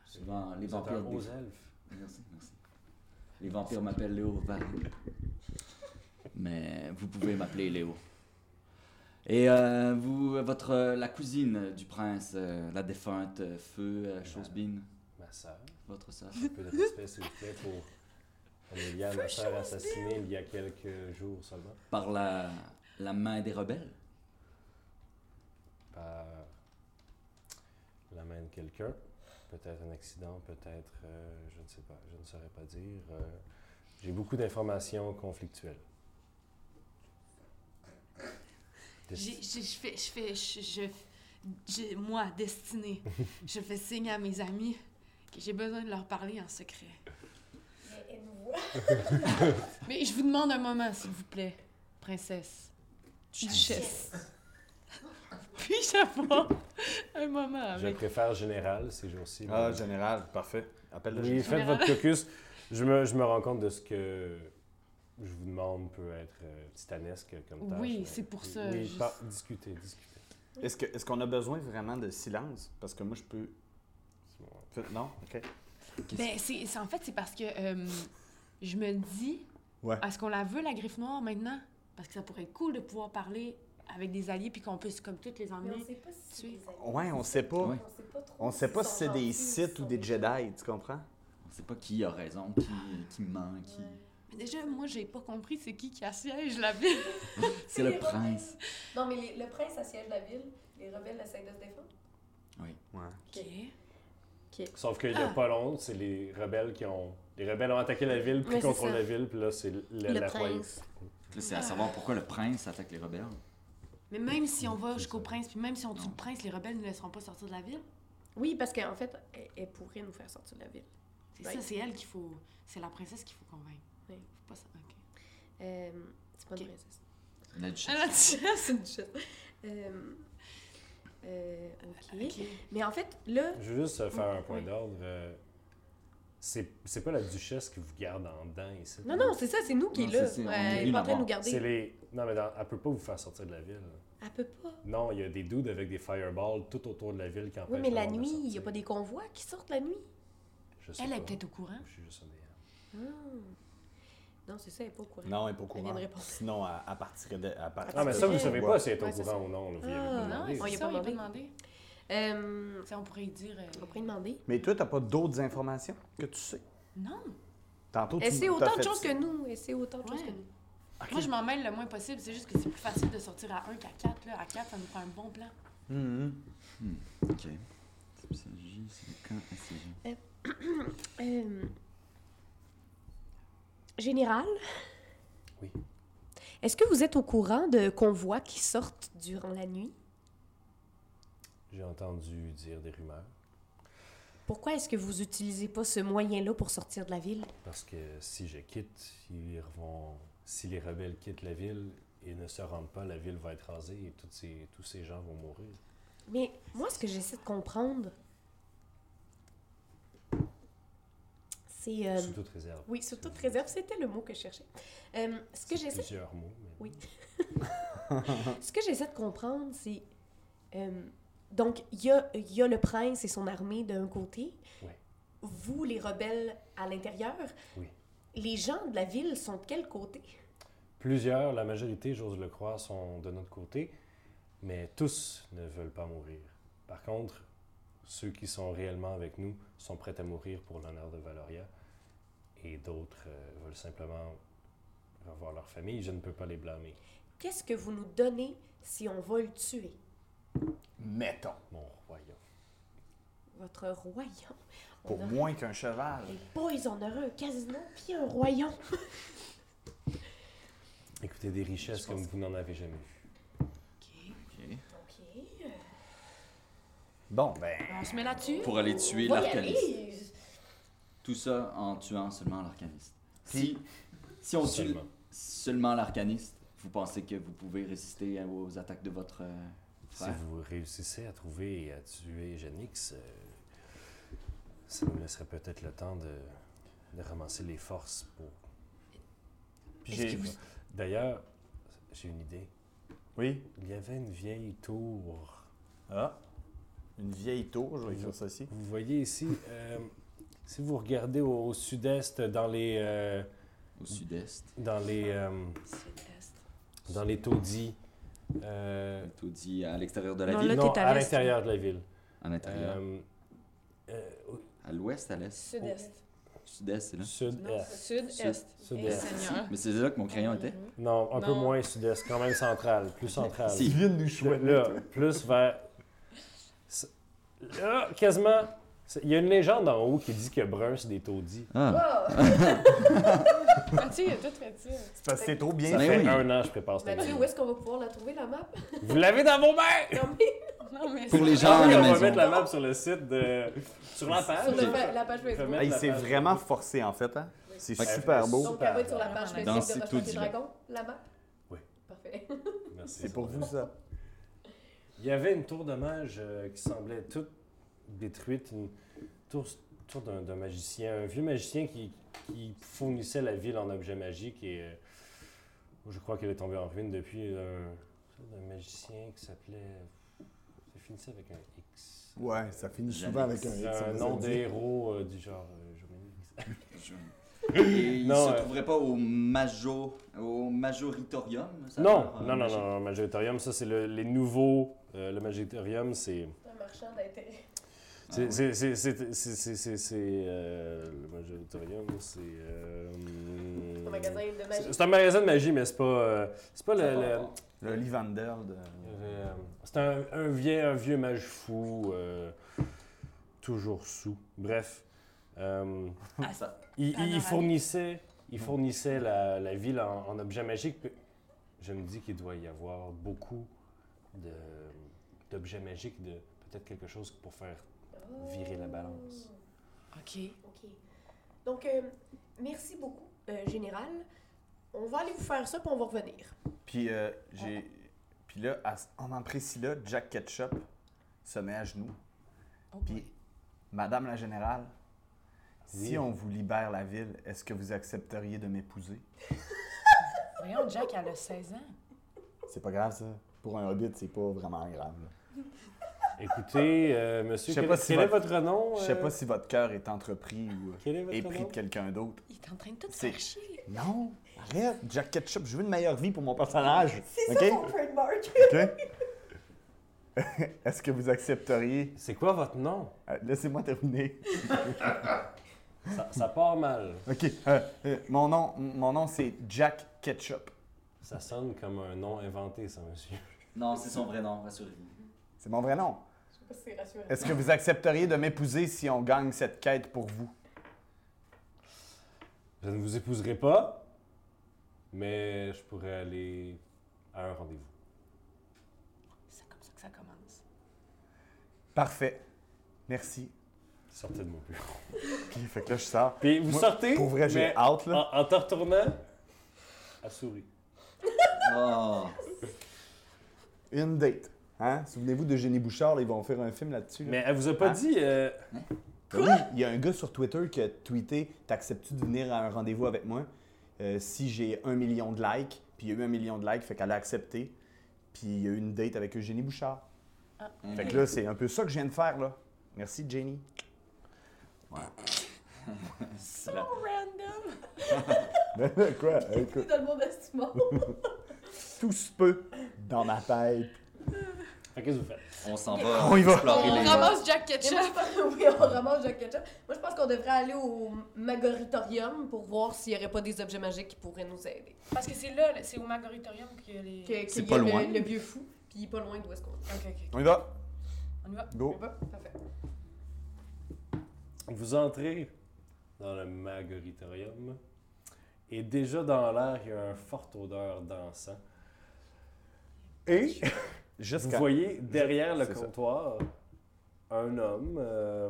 Speaker 2: Souvent,
Speaker 1: vous
Speaker 2: les
Speaker 1: êtes un
Speaker 2: vampires.
Speaker 1: haut
Speaker 2: des-
Speaker 1: elfe.
Speaker 2: Merci, merci. Les vampires m'appellent Léo Harim. Mais vous pouvez m'appeler Léo. Et euh, vous, votre, euh, la cousine du prince, euh, la défunte, euh, Feu, euh, Chosebin,
Speaker 1: Ma sœur.
Speaker 2: votre sœur.
Speaker 1: Un peu de respect, s'il vous plaît, pour Amelia, ma sœur assassinée il y a quelques jours seulement
Speaker 2: Par la, la main des rebelles.
Speaker 1: par la main de quelqu'un. Peut-être un accident, peut-être, euh, je ne sais pas, je ne saurais pas dire. Euh, J'ai beaucoup d'informations conflictuelles.
Speaker 6: J'ai- j'ai- Je fais, je fais, je, je- j'ai- moi, destinée, je fais signe à mes amis que j'ai besoin de leur parler en secret.
Speaker 3: Elle nous voit.
Speaker 6: Mais je vous demande un moment, s'il vous plaît, princesse. Duchesse. Puis-je avoir un moment
Speaker 1: Je
Speaker 6: avec
Speaker 1: préfère général ces jours-ci.
Speaker 4: Ah,
Speaker 1: mais-
Speaker 4: général, parfait. Appelle le
Speaker 1: Oui,
Speaker 4: général.
Speaker 1: faites votre caucus. Je me, je me rends compte de ce que je vous demande peut être euh, titanesque comme tâche.
Speaker 6: Oui,
Speaker 1: mais-
Speaker 6: c'est pour ça,
Speaker 1: Oui,
Speaker 6: je-
Speaker 1: par- discutez, discutez.
Speaker 4: Est-ce que- est-ce qu'on a besoin vraiment de silence? Parce que moi, je peux...
Speaker 1: C'est bon.
Speaker 4: Fait- Non? OK.
Speaker 6: Ben, c'est, c'est- en fait, c'est parce que euh, je me dis,
Speaker 4: Ouais.
Speaker 6: est-ce qu'on la veut, la griffe noire, maintenant? Parce que ça pourrait être cool de pouvoir parler avec des alliés, puis qu'on puisse comme toutes les
Speaker 3: Mais on
Speaker 6: emmener.
Speaker 3: sait pas si c'est
Speaker 6: Tu-
Speaker 3: des aliens.
Speaker 4: Ouais, on sait pas.
Speaker 2: Ouais.
Speaker 3: On sait pas trop.
Speaker 4: On sait pas
Speaker 3: s'ils
Speaker 4: si
Speaker 3: sont
Speaker 4: c'est des
Speaker 3: gentils,
Speaker 4: Sith
Speaker 3: s'ils
Speaker 4: ou
Speaker 3: sont
Speaker 4: des Jedi, tu comprends?
Speaker 2: On ne sait pas qui a raison, qui, qui ment, qui...
Speaker 6: Mais déjà, moi, j'ai pas compris c'est qui qui assiège la ville.
Speaker 2: C'est le prince.
Speaker 3: Non, mais les- le prince assiège la ville. Les rebelles essayent de se défendre.
Speaker 4: Ouais.
Speaker 6: OK.
Speaker 1: Sauf qu'il n'y a
Speaker 6: Ah.
Speaker 1: pas long, c'est les rebelles qui ont. Les rebelles ont attaqué la ville, puis
Speaker 3: Ouais, c'est
Speaker 1: contrôlent
Speaker 3: ça.
Speaker 1: la ville, puis là, c'est le-
Speaker 3: Le
Speaker 1: la
Speaker 3: prince.
Speaker 1: police.
Speaker 2: Là, c'est à savoir pourquoi le prince attaque les rebelles.
Speaker 6: Mais même si on va
Speaker 1: C'est
Speaker 6: jusqu'au
Speaker 1: ça.
Speaker 6: prince, puis même si on tue le prince, les rebelles ne nous laisseront pas sortir de la ville.
Speaker 3: Oui, parce qu'en fait, elle, elle pourrait nous faire sortir de la ville.
Speaker 6: C'est
Speaker 3: Ouais.
Speaker 6: ça, c'est elle qu'il faut... C'est la princesse qu'il faut convaincre.
Speaker 3: Ouais.
Speaker 6: Faut pas ça. OK.
Speaker 3: Euh, c'est pas une
Speaker 6: Ok.
Speaker 3: princesse.
Speaker 2: La duchesse.
Speaker 6: Ah, la duchesse!
Speaker 3: C'est une duchesse. Euh, euh, ok.
Speaker 6: OK.
Speaker 3: Mais en fait, là,
Speaker 1: Je veux juste euh, faire un point
Speaker 3: Oui.
Speaker 1: d'ordre. euh, C'est c'est pas la duchesse qui vous garde en dedans ici.
Speaker 3: Non, non, c'est ça, c'est nous qui
Speaker 2: Non,
Speaker 3: est là.
Speaker 2: c'est- c'est- on
Speaker 3: Ouais,
Speaker 2: est
Speaker 3: elle
Speaker 2: venu
Speaker 3: est pas en train de
Speaker 2: l'avoir.
Speaker 3: nous
Speaker 1: C'est
Speaker 3: garder.
Speaker 1: les. Non, mais dans- elle peut pas vous faire sortir de la ville.
Speaker 3: Elle peut pas.
Speaker 1: Non, il y a des dudes avec des fireballs tout autour de la ville qui empêchent.
Speaker 3: Oui, mais
Speaker 1: le
Speaker 3: la
Speaker 1: monde de
Speaker 3: nuit, il n'y a
Speaker 1: sortir.
Speaker 3: pas des convois qui sortent la nuit.
Speaker 1: Je sais
Speaker 6: Elle est
Speaker 1: pas.
Speaker 6: peut-être au courant.
Speaker 1: Je suis juste hein. un néant.
Speaker 3: Ah. Non, c'est ça, elle n'est pas au courant.
Speaker 4: Non, elle est pas au
Speaker 3: Elle vient
Speaker 4: courant.
Speaker 3: de répondre.
Speaker 4: Sinon, à, partir de... à partir
Speaker 1: Ah, mais
Speaker 4: de-
Speaker 1: ça, vous savez pas si elle est
Speaker 6: Ouais,
Speaker 1: au
Speaker 6: c'est
Speaker 1: courant
Speaker 6: ça.
Speaker 1: ou non. là, vous y
Speaker 3: Ah,
Speaker 1: avez pas
Speaker 6: Non,
Speaker 1: demandé.
Speaker 6: on y a
Speaker 3: ça,
Speaker 6: pas
Speaker 3: on y a pas
Speaker 6: demandé.
Speaker 3: Euh,
Speaker 6: Ça, on pourrait lui dire... euh,
Speaker 3: on pourrait demander.
Speaker 4: Mais toi, t'as pas d'autres informations que tu sais?
Speaker 6: Non!
Speaker 4: Tantôt, tu
Speaker 3: Elle sait
Speaker 4: t'as
Speaker 3: autant
Speaker 4: fait
Speaker 3: de choses
Speaker 4: ça.
Speaker 3: que nous. Elle sait autant de choses
Speaker 6: Ouais.
Speaker 3: que nous.
Speaker 4: Ok.
Speaker 6: Moi, je m'en mêle le moins possible. C'est juste que c'est plus facile de sortir à 1 qu'à 4. Là. À 4, ça nous prend un bon plan.
Speaker 4: Mhm.
Speaker 2: Ok. C'est Psygie, c'est quand Psygie?
Speaker 3: Euh, Général?
Speaker 1: Oui.
Speaker 3: Est-ce que vous êtes au courant de convois qui sortent durant la nuit?
Speaker 1: J'ai entendu dire des rumeurs
Speaker 3: Pourquoi est-ce que vous utilisez pas ce moyen-là pour sortir de la ville?
Speaker 1: parce que si je quitte, ils vont. Si les rebelles quittent la ville et ne se rendent pas, la ville va être rasée et toutes ces- tous ces gens vont mourir.
Speaker 3: Mais moi, ce que j'essaie de comprendre, c'est... euh,
Speaker 1: Sous toute réserve.
Speaker 3: Oui, sur toute réserve, c'était le mot que je cherchais. Euh, ce que j'essaie
Speaker 1: Plusieurs mots. mais-
Speaker 3: Oui. Ce que j'essaie de comprendre, c'est. euh, donc, il y a, il y a le prince et son armée d'un côté.
Speaker 1: Oui.
Speaker 3: Vous, les rebelles à l'intérieur.
Speaker 1: Oui.
Speaker 3: Les gens de la ville sont de quel côté?
Speaker 1: Plusieurs, la majorité, j'ose le croire, sont de notre côté, mais tous ne veulent pas mourir. Par contre, ceux qui sont réellement avec nous sont prêts à mourir pour l'honneur de Valoria, et d'autres euh, veulent simplement revoir leur famille. Je ne peux pas les blâmer.
Speaker 3: Qu'est-ce que vous nous donnez si on va le tuer?
Speaker 4: Mettons.
Speaker 1: Mon royaume.
Speaker 3: Votre royaume. On
Speaker 4: Pour
Speaker 3: a-
Speaker 4: moins qu'un cheval.
Speaker 3: Les boys, on aurait un casino puis un royaume.
Speaker 1: Écoutez, des richesses
Speaker 2: Je
Speaker 1: comme
Speaker 2: pense
Speaker 1: vous n'en avez jamais vues.
Speaker 2: Ok.
Speaker 3: OK.
Speaker 4: Bon, ben...
Speaker 6: On se met là-dessus.
Speaker 2: Pour aller tuer
Speaker 3: On va y
Speaker 2: l'arcaniste.
Speaker 3: aller.
Speaker 2: Tout ça en tuant seulement l'arcaniste. Si, si on tue
Speaker 1: Seulement.
Speaker 2: seulement l'arcaniste, vous pensez que vous pouvez résister aux attaques de votre euh,
Speaker 1: Si
Speaker 2: frère?
Speaker 1: vous réussissez à trouver et à tuer Janix, euh, ça nous laisserait peut-être le temps de, de ramasser les forces pour.
Speaker 4: J'ai-
Speaker 1: D'ailleurs, j'ai une idée.
Speaker 4: Oui?
Speaker 1: Il y avait une vieille tour.
Speaker 4: Ah. Une vieille tour, je vais écrire ça ici.
Speaker 1: Vous voyez ici, euh, si vous regardez au, au sud-est, dans les, euh,
Speaker 2: Au sud-est.
Speaker 1: dans les, euh,
Speaker 6: Sud-Est.
Speaker 1: dans les taudis, Euh,
Speaker 2: Tout dit à l'extérieur de la
Speaker 5: Non,
Speaker 2: ville.
Speaker 5: là,
Speaker 1: non,
Speaker 5: t'es à
Speaker 1: à
Speaker 5: l'est.
Speaker 1: l'intérieur de la ville.
Speaker 2: À l'intérieur.
Speaker 1: Euh, euh, au
Speaker 2: À l'ouest, à l'est.
Speaker 6: Sud-est.
Speaker 2: Sud-est, c'est là.
Speaker 1: Sud-est.
Speaker 6: Sud-est. Eh,
Speaker 1: Sud-est.
Speaker 6: Seigneur.
Speaker 2: Mais c'est là que mon crayon était.
Speaker 1: Non, un peu
Speaker 6: Non.
Speaker 1: moins sud-est, quand même central, plus central.
Speaker 2: Si.
Speaker 4: viens de nous
Speaker 1: Là, là, plus vers. c'est- Là, quasiment. c'est- Il y a une légende en haut qui dit que brun, c'est des taudis.
Speaker 2: Ah,
Speaker 6: Mathieu, il a tout fait ça.
Speaker 4: C'est parce que c'est trop bien
Speaker 1: Ça
Speaker 2: Mais
Speaker 1: fait
Speaker 2: oui.
Speaker 1: un an que je prépare cette
Speaker 3: Mathieu,
Speaker 1: émission.
Speaker 3: où est-ce qu'on va pouvoir la trouver, la map?
Speaker 1: Vous l'avez dans vos mains!
Speaker 3: Non, mais
Speaker 6: Non, mais
Speaker 2: pour les gens
Speaker 1: Ah
Speaker 2: à
Speaker 1: oui,
Speaker 2: la
Speaker 1: on va
Speaker 2: maison.
Speaker 1: mettre la map sur le site de. Sur la page.
Speaker 3: sur le
Speaker 1: On
Speaker 3: fa- la page
Speaker 1: peut
Speaker 3: Facebook.
Speaker 1: mettre
Speaker 4: Hey,
Speaker 1: la
Speaker 4: c'est
Speaker 1: page.
Speaker 4: vraiment forcé en fait. Hein? C'est
Speaker 2: Ouais.
Speaker 4: super beau.
Speaker 3: Donc, elle va être sur la page
Speaker 5: Dans
Speaker 3: Facebook de
Speaker 2: C'est tout
Speaker 3: Recherche et
Speaker 2: dit.
Speaker 3: Dragon, la map?
Speaker 1: Oui.
Speaker 3: Parfait.
Speaker 1: Merci,
Speaker 4: C'est pour
Speaker 1: ça.
Speaker 4: vous ça.
Speaker 1: Il y avait une tour de mage euh, qui semblait toute détruite, une tour, tour d'un, d'un magicien, un vieux magicien qui, qui fournissait la ville en objets magiques et euh, je crois qu'elle est tombée en ruine depuis d'un, d'un magicien qui s'appelait... Ça finissait avec un X.
Speaker 4: Ouais, ça finit
Speaker 2: Jamais.
Speaker 4: souvent avec un
Speaker 1: C'est
Speaker 4: hit.
Speaker 1: un
Speaker 4: ça vous
Speaker 1: nom
Speaker 4: a dit.
Speaker 1: d'héros euh, du genre... euh, Joménix.
Speaker 2: Et il
Speaker 1: Non,
Speaker 2: se
Speaker 1: euh,
Speaker 2: trouverait pas au Majo, au Majoritorium ça
Speaker 1: non,
Speaker 2: a l'air, euh,
Speaker 1: non, non,
Speaker 2: magique.
Speaker 1: non, non, Magitorium, ça c'est le- les nouveaux... euh, le Magitorium, c'est...
Speaker 3: C'est un marchand d'intérêt.
Speaker 2: Ah,
Speaker 1: C'est-
Speaker 2: ouais.
Speaker 1: c'est- c'est- c'est- c'est- c'est- c'est- c'est, euh, le Majoritorium, c'est. euh,
Speaker 3: C'est un magasin de
Speaker 1: c'est-
Speaker 3: magie.
Speaker 1: c'est un magasin de magie, mais c'est pas. euh, c'est pas le. le-
Speaker 4: Le Livander de.
Speaker 1: euh, c'est un, un vieil, un vieux mage fou, euh, toujours sous. Bref. euh,
Speaker 7: Ah,
Speaker 2: Ça-
Speaker 1: il, il
Speaker 7: Panoramique.
Speaker 1: fournissait, il fournissait la, la ville en, en objets magiques. puis Je me dis qu'il doit y avoir beaucoup de- d'objets magiques, de peut-être quelque chose pour faire virer la balance.
Speaker 7: OK.
Speaker 3: Oh. OK. Donc, euh, merci beaucoup, euh, Général. On va aller vous faire ça, puis on va revenir.
Speaker 4: Puis euh, j'ai. Puis là, à... ce- en apprécie là, Jack Ketchup se met à genoux.
Speaker 7: Oh,
Speaker 4: Puis, Madame la Générale,
Speaker 1: Oui.
Speaker 4: si on vous libère la ville, est-ce que vous accepteriez de m'épouser?
Speaker 7: Voyons, Jack, elle a 16 ans.
Speaker 4: C'est pas grave, ça. Pour un hobbit, c'est pas vraiment grave. là.
Speaker 1: Écoutez, euh, monsieur,
Speaker 4: Je sais
Speaker 1: quel,
Speaker 4: pas si
Speaker 1: quel est
Speaker 4: votre-
Speaker 1: votre nom?
Speaker 4: Je sais
Speaker 1: euh?
Speaker 4: pas si votre cœur est entrepris ou euh,
Speaker 1: Quel est votre
Speaker 4: épris
Speaker 1: nom?
Speaker 4: de quelqu'un d'autre.
Speaker 7: Il est en train de tout
Speaker 4: C'est-
Speaker 7: faire chier.
Speaker 4: Non, arrête, Jack Ketchup, je veux une meilleure vie pour mon personnage.
Speaker 3: C'est
Speaker 4: OK?
Speaker 3: ça mon trademark.
Speaker 4: OK? Est-ce que vous accepteriez?
Speaker 1: C'est quoi votre nom?
Speaker 4: Euh, Laissez-moi terminer.
Speaker 1: Ça, ça part mal.
Speaker 4: OK. euh, euh, mon nom, mon nom c'est Jack Ketchup.
Speaker 1: Ça sonne comme un nom inventé, ça, monsieur.
Speaker 2: Non, c'est son vrai nom, rassurez-vous.
Speaker 4: C'est mon vrai nom.
Speaker 3: Je sais pas si c'est rassurant.
Speaker 4: Est-ce que vous accepteriez de m'épouser si on gagne cette quête pour vous?
Speaker 1: Je ne vous épouserai pas, mais je pourrais aller à un rendez-vous.
Speaker 7: C'est comme ça que ça commence.
Speaker 4: Parfait. Merci.
Speaker 1: Sortez de mon bureau.
Speaker 4: Puis, fait que là, je sors.
Speaker 1: Puis vous
Speaker 4: Moi,
Speaker 1: sortez,
Speaker 4: Pour vrai, j'ai
Speaker 1: mais
Speaker 4: hâte,
Speaker 1: en,
Speaker 4: là.
Speaker 1: en te retournant, à souris.
Speaker 2: Oh,
Speaker 4: Une date. Hein? Souvenez-vous de Jenny Bouchard, là, ils vont faire un film là-dessus. là.
Speaker 1: Mais elle vous a pas
Speaker 4: Ah.
Speaker 1: dit... euh,
Speaker 4: Ben oui, il y a un gars sur Twitter qui a tweeté T'acceptes-tu de venir à un rendez-vous avec moi Euh, si j'ai un million de likes Puis il y a eu un million de likes, fait qu'elle a accepté. Puis il y a eu une date avec Eugénie Bouchard. Fait que là, c'est un peu ça que je viens de faire, là. Merci, Jenny.
Speaker 2: c'est la-
Speaker 3: Oh, Random.
Speaker 4: Quoi
Speaker 3: Tout dans le monde à ce moment.
Speaker 4: Tout se peut dans ma tête.
Speaker 1: Fait qu'est-ce que vous faites?
Speaker 2: On s'en va
Speaker 4: On y va.
Speaker 2: explorer
Speaker 6: On
Speaker 2: les...
Speaker 6: ramasse Jack
Speaker 3: Mais moi,
Speaker 6: Ketchup.
Speaker 3: je pense- oui, on ramasse Jack Ketchup. Moi, je pense qu'on devrait aller au Magoritorium pour voir s'il n'y aurait pas des objets magiques qui pourraient nous aider.
Speaker 7: Parce que c'est là, là, c'est au Magoritorium qu'il y a les...
Speaker 3: Que-
Speaker 2: C'est
Speaker 3: qu'il y
Speaker 2: pas
Speaker 3: a
Speaker 2: loin.
Speaker 3: Le, le vieux fou, puis il est pas loin d'où est-ce qu'on est.
Speaker 7: OK, OK.
Speaker 4: On y va.
Speaker 7: On y va.
Speaker 4: Go.
Speaker 3: On y va? Parfait.
Speaker 1: Vous entrez dans le Magoritorium et déjà dans l'air, il y a une forte odeur d'encens.
Speaker 4: Et
Speaker 1: Vous
Speaker 4: jusqu'à.
Speaker 1: voyez derrière le
Speaker 4: C'est ça.
Speaker 1: comptoir un homme, euh,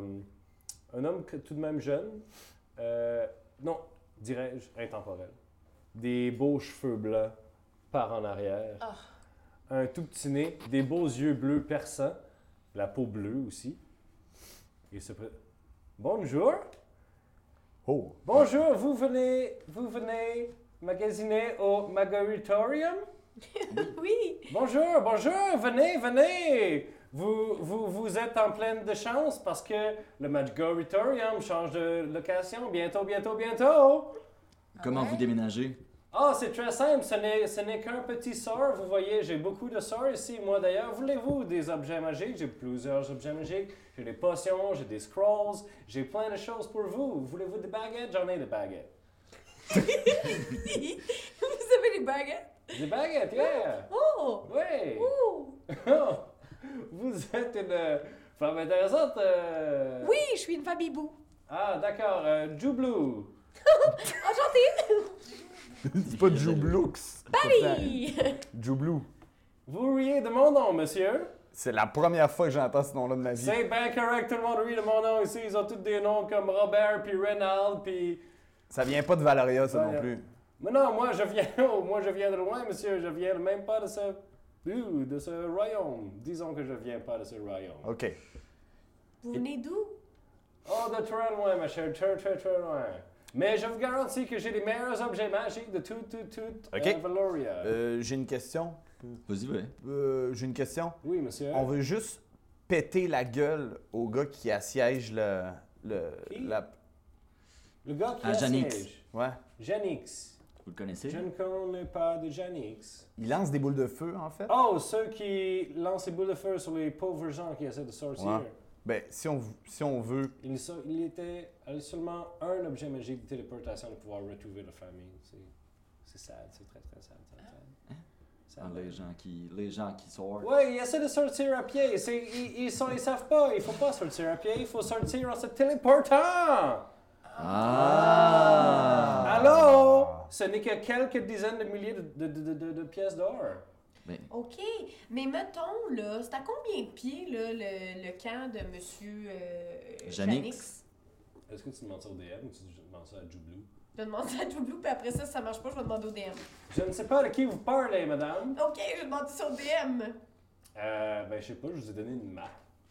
Speaker 1: un homme que- tout de même jeune, euh, non, dirais-je, intemporel. Des beaux cheveux blancs par en arrière,
Speaker 7: Ah.
Speaker 1: un tout petit nez, des beaux yeux bleus perçants, la peau bleue aussi. Il se pré- Bonjour,
Speaker 4: Oh.
Speaker 1: bonjour, vous venez, vous venez magasiner au Magaritorium?
Speaker 3: Oui!
Speaker 1: Bonjour, bonjour, venez, venez! Vous, vous, vous êtes en pleine de chance parce que le Magoritorium change de location bientôt, bientôt, bientôt!
Speaker 2: Comment vous déménagez?
Speaker 1: Ah, c'est très simple, ce n'est, ce n'est qu'un petit sort. Vous voyez, j'ai beaucoup de sorts ici. Moi d'ailleurs, voulez-vous des objets magiques? J'ai plusieurs objets magiques. J'ai des potions, j'ai des scrolls, j'ai plein de choses pour vous. Voulez-vous des baguettes? J'en ai des baguettes.
Speaker 3: Vous avez les baguettes?
Speaker 1: Des baguettes, yeah!
Speaker 3: Oh!
Speaker 1: Oui!
Speaker 3: Ouh!
Speaker 1: vous êtes une euh, femme intéressante. euh.
Speaker 3: Oui, je suis une femme hibou.
Speaker 1: Ah, d'accord. Euh, Jublou.
Speaker 4: C'est pas Joublux.
Speaker 3: Paris!
Speaker 2: Ben.
Speaker 4: Joublou.
Speaker 1: Vous riez de mon nom, monsieur?
Speaker 4: C'est la première fois que j'entends ce nom-là de ma vie.
Speaker 1: C'est bien correct, tout le monde rit de mon nom ici. Ils ont tous des noms comme Robert, puis Reynald, puis...
Speaker 4: Ça vient pas de Valeria, ça non
Speaker 1: Valeria.
Speaker 4: plus.
Speaker 1: Mais non, moi je viens, oh, moi je viens de loin, monsieur. Je viens même pas de ce, Ouh, de ce royaume. Disons que je viens pas de ce royaume.
Speaker 4: OK.
Speaker 3: Vous venez d'où?
Speaker 1: Oh, de très loin, ma chère, très très très loin. Mais je vous garantis que j'ai les meilleurs objets magiques de toute, toute, toute
Speaker 4: Ok.
Speaker 1: euh, Valoria.
Speaker 4: Euh, J'ai une question.
Speaker 2: Vas-y, ouais.
Speaker 4: Euh, J'ai une question.
Speaker 1: oui, monsieur.
Speaker 4: On veut juste péter la gueule au gars qui assiège le. le
Speaker 1: Qui?
Speaker 4: la,
Speaker 1: Le gars qui
Speaker 2: Ah, Janix.
Speaker 1: assiège.
Speaker 4: ouais.
Speaker 1: Janix.
Speaker 2: Vous le connaissez?
Speaker 1: Je ne connais pas de Janix.
Speaker 4: Il lance des boules de feu, en fait.
Speaker 1: Oh, ceux qui lancent des boules de feu sur les pauvres gens qui essaient de sortir.
Speaker 4: Ouais. Ben, si on, si on veut.
Speaker 1: Il, so- il était euh, seulement un objet magique de téléportation de pouvoir retrouver la famille. C'est, c'est sad, c'est très très sad. sad, sad.
Speaker 2: Ah,
Speaker 1: Sad.
Speaker 2: les gens qui, les gens qui sortent.
Speaker 1: Ouais, ils essaient de sortir à pied. C'est- ils, ils, sont- ils savent pas, il faut pas sortir à pied, il faut sortir en se téléportant.
Speaker 2: Ah!
Speaker 1: Allô? Ce n'est que quelques dizaines de milliers de, de- de- de- de pièces d'or.
Speaker 2: Ben,
Speaker 3: OK. Mais mettons, là, c'est à combien de pieds, là, le, le camp de Monsieur euh,
Speaker 2: Janix.
Speaker 3: Janix?
Speaker 1: Est-ce que tu demandes ça au DM ou tu demandes ça à Jublou?
Speaker 3: Je vais demander à Joublou, puis après ça, si ça marche pas, je vais demander au DM.
Speaker 1: Je ne sais pas de qui vous parlez, madame.
Speaker 3: OK, je vais demander sur DM.
Speaker 1: Euh, ben, je sais pas, je vous ai donné une map.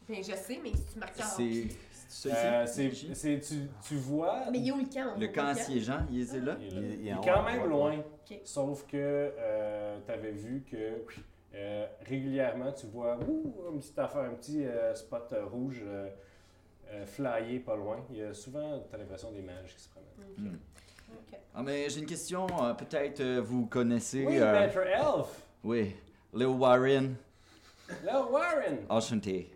Speaker 3: Ben, je sais, mais si tu marques en...
Speaker 2: C'est. C'est ça
Speaker 1: Euh,
Speaker 2: ici?
Speaker 1: c'est, c'est, tu, tu vois.
Speaker 3: Mais il est où le camp? On
Speaker 2: Le
Speaker 3: voit
Speaker 2: camp assiégeant, il est là.
Speaker 1: Il, est
Speaker 4: Il-
Speaker 1: là.
Speaker 4: il est
Speaker 1: Il est
Speaker 4: en
Speaker 1: quand
Speaker 4: haut,
Speaker 1: même
Speaker 4: ouais.
Speaker 1: loin.
Speaker 3: Ok.
Speaker 1: Sauf que tu avais vu que euh, régulièrement, tu vois ouh, une petite affaire, un petit euh, spot euh, rouge euh, euh, flyé pas loin. Il y a souvent, tu as l'impression des mages qui se promènent.
Speaker 3: OK.
Speaker 2: Ah, mais j'ai une question. euh, Peut-être euh, vous connaissez.
Speaker 1: Oui, ben.
Speaker 2: euh,
Speaker 1: Maître Elf!
Speaker 2: Oui, Leo Warren.
Speaker 1: Là, Warren!
Speaker 2: Enchanté.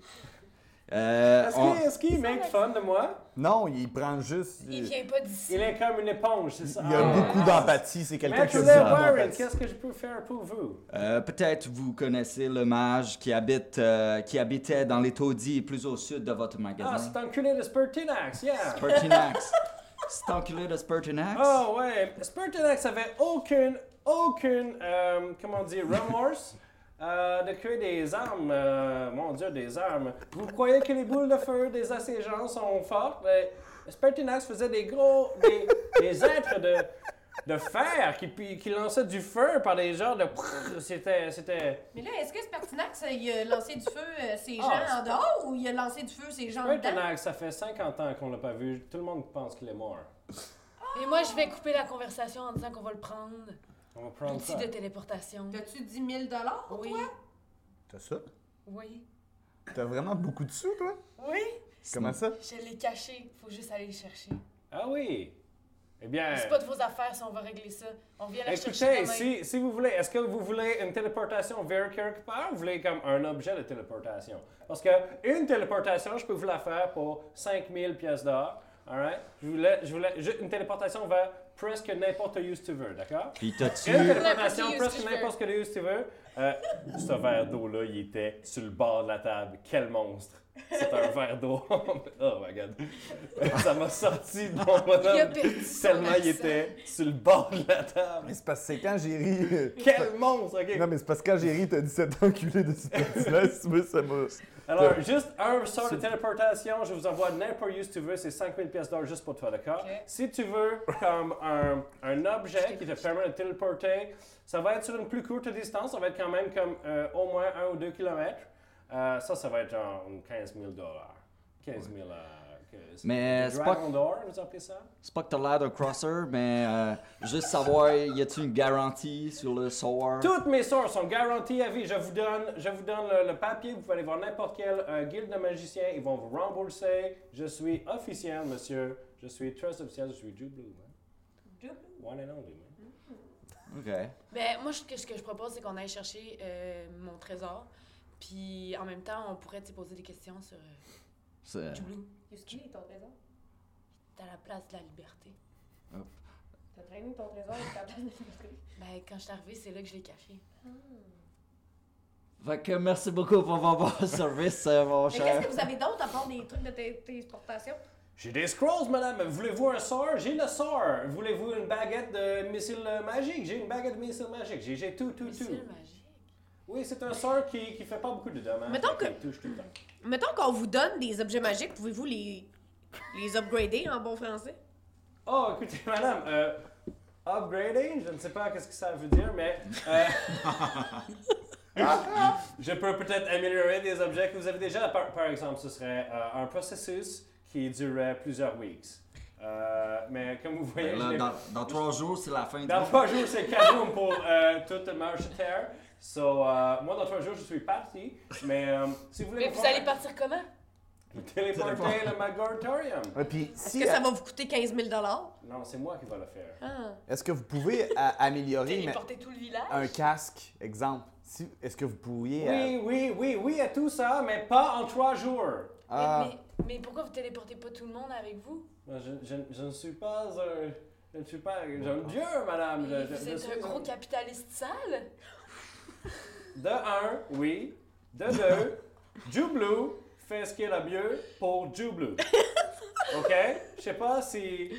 Speaker 2: Euh,
Speaker 1: Est-ce
Speaker 2: on-
Speaker 1: qu'il est-ce qu'il make fun de moi?
Speaker 4: Non, il prend juste.
Speaker 6: Il
Speaker 4: il-
Speaker 6: vient pas d'ici.
Speaker 1: Il est comme une éponge, c'est ça?
Speaker 4: Il a
Speaker 1: Ah.
Speaker 4: beaucoup d'empathie, c'est quelqu'un qui
Speaker 1: Maître
Speaker 4: a
Speaker 1: Leo
Speaker 4: beaucoup
Speaker 1: Warren,
Speaker 4: d'empathie.
Speaker 1: qu'est-ce que je peux faire pour vous?
Speaker 2: euh, Peut-être vous connaissez le mage qui, habite, euh, qui habitait dans les taudis plus au sud de votre
Speaker 1: Ah,
Speaker 2: magasin.
Speaker 1: c'est enculé de Spurtinax, yeah!
Speaker 2: Spurtinax. C'est enculé de Spurtinax?
Speaker 1: Ah ouais, Spurtinax avait aucune, aucune, euh, comment dire, remorse euh, de créer des armes, euh, mon dieu, des armes. Vous croyez que les boules de feu des assiégeants sont fortes? mais Spertinax faisait des gros, des, des êtres de, de fer qui, pu- qui lançaient du feu par des genres de... C'était, c'était...
Speaker 3: Mais là, est-ce que c'est pertinent que ça, il a lancé du feu euh, ses gens
Speaker 1: Ah,
Speaker 3: en dehors ou il a lancé du feu ses gens dedans?
Speaker 1: Spertinax, ça fait 50 ans qu'on l'a pas vu. Tout le monde pense qu'il est mort.
Speaker 6: Et moi, je vais couper la conversation en disant qu'on va le prendre.
Speaker 1: On va prendre
Speaker 6: Outil
Speaker 1: ça.
Speaker 6: de téléportation.
Speaker 3: T'as-tu 10 000 pour
Speaker 6: Oui.
Speaker 3: toi?
Speaker 4: T'as ça?
Speaker 6: Oui.
Speaker 4: T'as vraiment beaucoup de sous, toi?
Speaker 6: Oui.
Speaker 4: Comment ça?
Speaker 6: Je l'ai caché. Faut juste aller le chercher.
Speaker 1: Ah oui! Eh bien...
Speaker 6: C'est pas de vos affaires si on va régler ça. On vient la chercher
Speaker 1: Écoutez,
Speaker 6: demain.
Speaker 1: si, si vous voulez, est-ce que vous voulez une téléportation vers quelque part ou vous voulez comme un objet de téléportation? Parce que une téléportation, je peux vous la faire pour 5000 pièces d'or. Alright? Je voulais, je voulais ju- une téléportation vers presque n'importe où tu veux, d'accord?
Speaker 2: Puis t'as-tu.
Speaker 1: Une
Speaker 6: N'importe
Speaker 1: téléportation
Speaker 6: où
Speaker 1: presque
Speaker 6: tu veux.
Speaker 1: n'importe quelle où tu veux. Euh, ce verre d'eau-là, il était sur le bord de la table. Quel monstre! C'est un verre d'eau. oh my god. Ça m'a sorti de mon
Speaker 6: Il a
Speaker 1: bonhomme.
Speaker 6: perdu son
Speaker 1: Tellement il
Speaker 6: accent.
Speaker 1: était sur le bord de la table.
Speaker 4: Mais c'est parce que c'est quand j'ai ri. euh,
Speaker 1: Quel monstre, ok.
Speaker 4: Non, mais c'est parce que quand j'ai ri, t'as dit cet enculé de ce petit-là, si tu veux, ça m'a.
Speaker 1: Alors, juste un sort de téléportation, je vous envoie n'importe où si tu veux, c'est 5000 pièces d'or juste pour toi, d'accord?
Speaker 6: Ok.
Speaker 1: Si tu veux comme un, un objet qui te permet de téléporter, ça va être sur une plus courte distance, ça va être quand même comme euh, au moins 1 ou 2 km. ça, ça va être genre 15 000 dollars. 15 000 euh, que- c'est-
Speaker 2: Mais
Speaker 1: des
Speaker 2: c'est pas-
Speaker 1: Dragon d'or, vous appelez ça?
Speaker 2: C'est pas que t'as l'air d'un crosser, mais euh, juste savoir, y a-tu une garantie sur le sort?
Speaker 1: Toutes mes sources sont garanties à vie. Je vous donne, je vous donne le, le papier. Vous pouvez aller voir n'importe quelle euh, guilde de magiciens. Ils vont vous rembourser. Je suis officiel, hein. monsieur. Je suis trust officiel. Je suis Jublou. man. One and only, man.
Speaker 2: pourrait.
Speaker 6: Ben, moi, je- que- ce que je propose, c'est qu'on aille chercher euh, mon trésor. Puis en même temps, on pourrait te poser des questions sur euh,
Speaker 2: C'est-
Speaker 6: Julie.
Speaker 3: Yusuke, ton trésor?
Speaker 6: T'as la place de la liberté.
Speaker 3: T'as traîné ton trésor et t'as de
Speaker 6: Ben, quand je suis arrivée, c'est là que je l'ai caché.
Speaker 2: Fait que merci beaucoup pour votre service, euh, mon
Speaker 3: Mais qu'est-ce
Speaker 2: cher.
Speaker 3: que vous avez d'autre à part des trucs de té- téléportation?
Speaker 1: J'ai des scrolls, madame. Voulez-vous un sort? J'ai le sort. Voulez-vous une baguette de missile euh, magique? J'ai une baguette de missile magique. J'ai, j'ai tout, tout,
Speaker 6: Missile
Speaker 1: tout.
Speaker 6: magique.
Speaker 1: Oui, c'est un sort qui, qui fait pas beaucoup de dommages.
Speaker 3: Mettons
Speaker 1: Fait
Speaker 3: que-
Speaker 1: qu'il touche tout le temps.
Speaker 3: Mettons qu'on vous donne des objets magiques, pouvez-vous les, les upgrader en bon français?
Speaker 1: Oh, écoutez, madame, euh, upgrading, je ne sais pas qu'est-ce que ça veut dire, mais euh, ah, je peux peut-être améliorer des objets que vous avez déjà. Par, par exemple, ce serait euh, un processus qui durerait plusieurs weeks. Euh, mais comme vous voyez,
Speaker 2: Ben
Speaker 1: je
Speaker 2: là,
Speaker 1: l'ai-
Speaker 2: dans, dans trois jours, c'est la fin du
Speaker 1: dans
Speaker 2: monde.
Speaker 1: trois jours, c'est cadeau pour euh, toute marchetaire. So, euh, moi, dans trois jours, je suis parti, mais euh, si vous voulez
Speaker 6: Mais
Speaker 1: me
Speaker 6: vous
Speaker 1: voir-
Speaker 6: allez partir comment?
Speaker 1: me téléporter le Magortorium.
Speaker 4: Et puis,
Speaker 3: Est-ce
Speaker 4: si,
Speaker 3: que ça va vous coûter 15 000
Speaker 1: Non, c'est moi qui vais le faire.
Speaker 3: euh, ah.
Speaker 4: est-ce que vous pouvez euh, améliorer mais,
Speaker 6: Téléporter tout le village?
Speaker 4: un casque, exemple? Si, est-ce que vous pourriez... euh,
Speaker 1: Oui, oui, oui, oui à tout ça, mais pas en trois jours.
Speaker 6: Mais-
Speaker 4: ah,
Speaker 6: Mais, mais pourquoi vous téléportez pas tout le monde avec vous?
Speaker 1: Moi, Je, je, je ne suis pas un... Je ne suis pas un dieu, madame. Je-
Speaker 6: Mais
Speaker 1: je-
Speaker 6: vous
Speaker 1: je
Speaker 6: êtes
Speaker 1: suis
Speaker 6: un gros capitaliste sale?
Speaker 1: De un, oui. De deux, Jublou fait ce qu'il a mieux pour Jublou. OK? Je sais pas si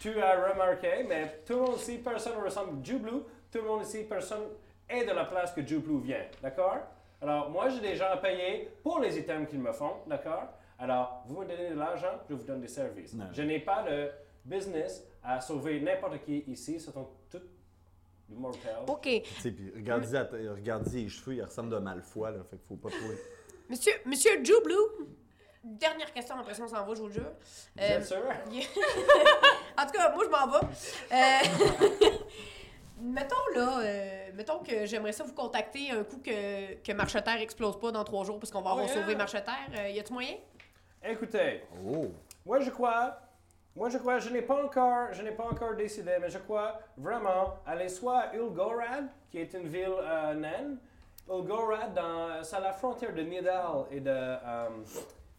Speaker 1: tu as remarqué, mais tout le monde ici, personne ne ressemble à Jublou. Tout le monde ici, personne est de la place que Jublou vient. D'accord? Alors, moi, j'ai des gens à payer pour les items qu'ils me font. D'accord? Alors, vous me donnez de l'argent, je vous donne des services.
Speaker 4: Non.
Speaker 1: Je n'ai pas de business à sauver n'importe qui ici. Ce sont tous des mortels.
Speaker 3: OK.
Speaker 4: tu sais, puis regardez, à- regardez les cheveux, ils ressemblent de Malfoy, là, fait qu'il faut pas trop...
Speaker 3: Monsieur, Monsieur Joe Blue, dernière question, après ça on s'en va, je vous le jure.
Speaker 1: Bien
Speaker 3: Euh,
Speaker 1: sûr.
Speaker 3: en tout cas, moi je m'en vais. Euh, mettons là, euh, mettons que j'aimerais ça vous contacter un coup que, que Marcheterre explose pas dans trois jours parce qu'on va avoir
Speaker 1: Oh, yeah.
Speaker 3: sauvé Marcheterre. Euh, y a-tu moyen?
Speaker 1: Écoutez,
Speaker 4: Oh!
Speaker 1: Moi, je crois. Moi, je crois. Je n'ai pas encore. Je n'ai pas encore décidé, mais je crois vraiment aller soit à Ulgorad, qui est une ville euh, naine. Ulgorad, dans, c'est à la frontière de Nidal et de, euh,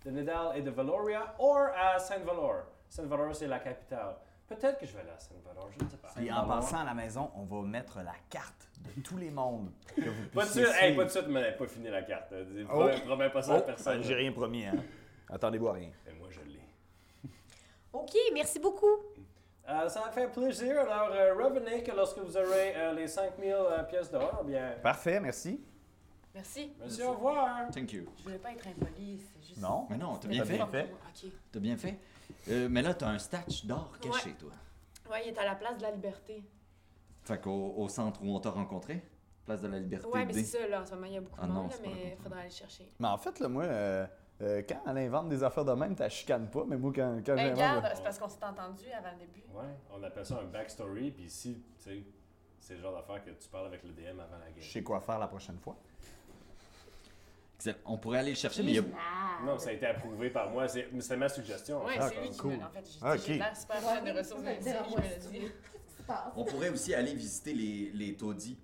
Speaker 1: de Nidal et de Valoria, ou à Saint-Valor. Saint-Valor, c'est la capitale. Peut-être que je vais aller à Saint-Valor, je ne sais pas.
Speaker 4: Puis en passant à la maison, on va mettre la carte de tous les mondes que vous
Speaker 1: Pas de
Speaker 4: puissiez
Speaker 1: suite, hey,
Speaker 4: suivre.
Speaker 1: pas de suite, mais pas fini la carte. Dis-
Speaker 4: Oh.
Speaker 1: Promets, promets pas ça à
Speaker 4: Oh,
Speaker 1: personne.
Speaker 4: J'ai rien promis, hein. Attendez-vous à rien.
Speaker 1: Mais moi, je l'ai.
Speaker 3: OK, merci beaucoup.
Speaker 1: Euh, ça a fait plaisir. Alors, euh, revenez que lorsque vous aurez euh, les 5000 euh, pièces d'or, bien.
Speaker 4: Parfait, merci.
Speaker 6: Merci.
Speaker 1: Monsieur, au revoir.
Speaker 2: Thank you.
Speaker 6: Je voulais pas être impolie, c'est juste.
Speaker 4: Non.
Speaker 2: Mais non, t'as
Speaker 6: C'était
Speaker 2: bien
Speaker 4: T'as
Speaker 2: fait.
Speaker 4: bien fait.
Speaker 6: Ok.
Speaker 2: T'as bien fait. Euh, mais là, t'as un statue d'or caché, toi.
Speaker 6: Ouais, il est à la place de la liberté.
Speaker 2: Fait qu'au au centre où on t'a rencontré, place de la liberté.
Speaker 6: Ouais, mais
Speaker 2: D.
Speaker 6: c'est ça, là. En ce moment, il y a beaucoup
Speaker 2: Ah
Speaker 6: de
Speaker 2: non,
Speaker 6: monde, là,
Speaker 2: c'est pas le
Speaker 6: mais
Speaker 2: contraire.
Speaker 6: il faudra aller chercher.
Speaker 4: Mais en fait, là, moi, euh, euh, quand elle invente des affaires de même, t'as chicane pas, mais moi, quand, quand
Speaker 6: Ben,
Speaker 4: j'invente.
Speaker 6: regarde, c'est parce qu'on s'est entendu avant le début.
Speaker 1: Ouais, on appelle ça un backstory, puis ici, tu sais, c'est le genre d'affaire que tu parles avec le DM avant la
Speaker 4: Je
Speaker 1: game.
Speaker 4: sais quoi faire la prochaine fois.
Speaker 2: Exact. On pourrait aller le chercher, mais il y a.
Speaker 1: Non, ça a été approuvé par moi, c'est c'est ma suggestion.
Speaker 6: Ah. Ouais,
Speaker 4: Ah,
Speaker 6: c'est lui qui
Speaker 4: cool.
Speaker 6: me l'a. En fait, j'ai
Speaker 4: Ah,
Speaker 6: dit, j'ai
Speaker 4: ok.
Speaker 6: l'air super fan de ressources
Speaker 3: Ouais,
Speaker 6: médicales, je me le
Speaker 3: ouais.
Speaker 6: dis.
Speaker 2: On pourrait aussi aller visiter les, les taudis.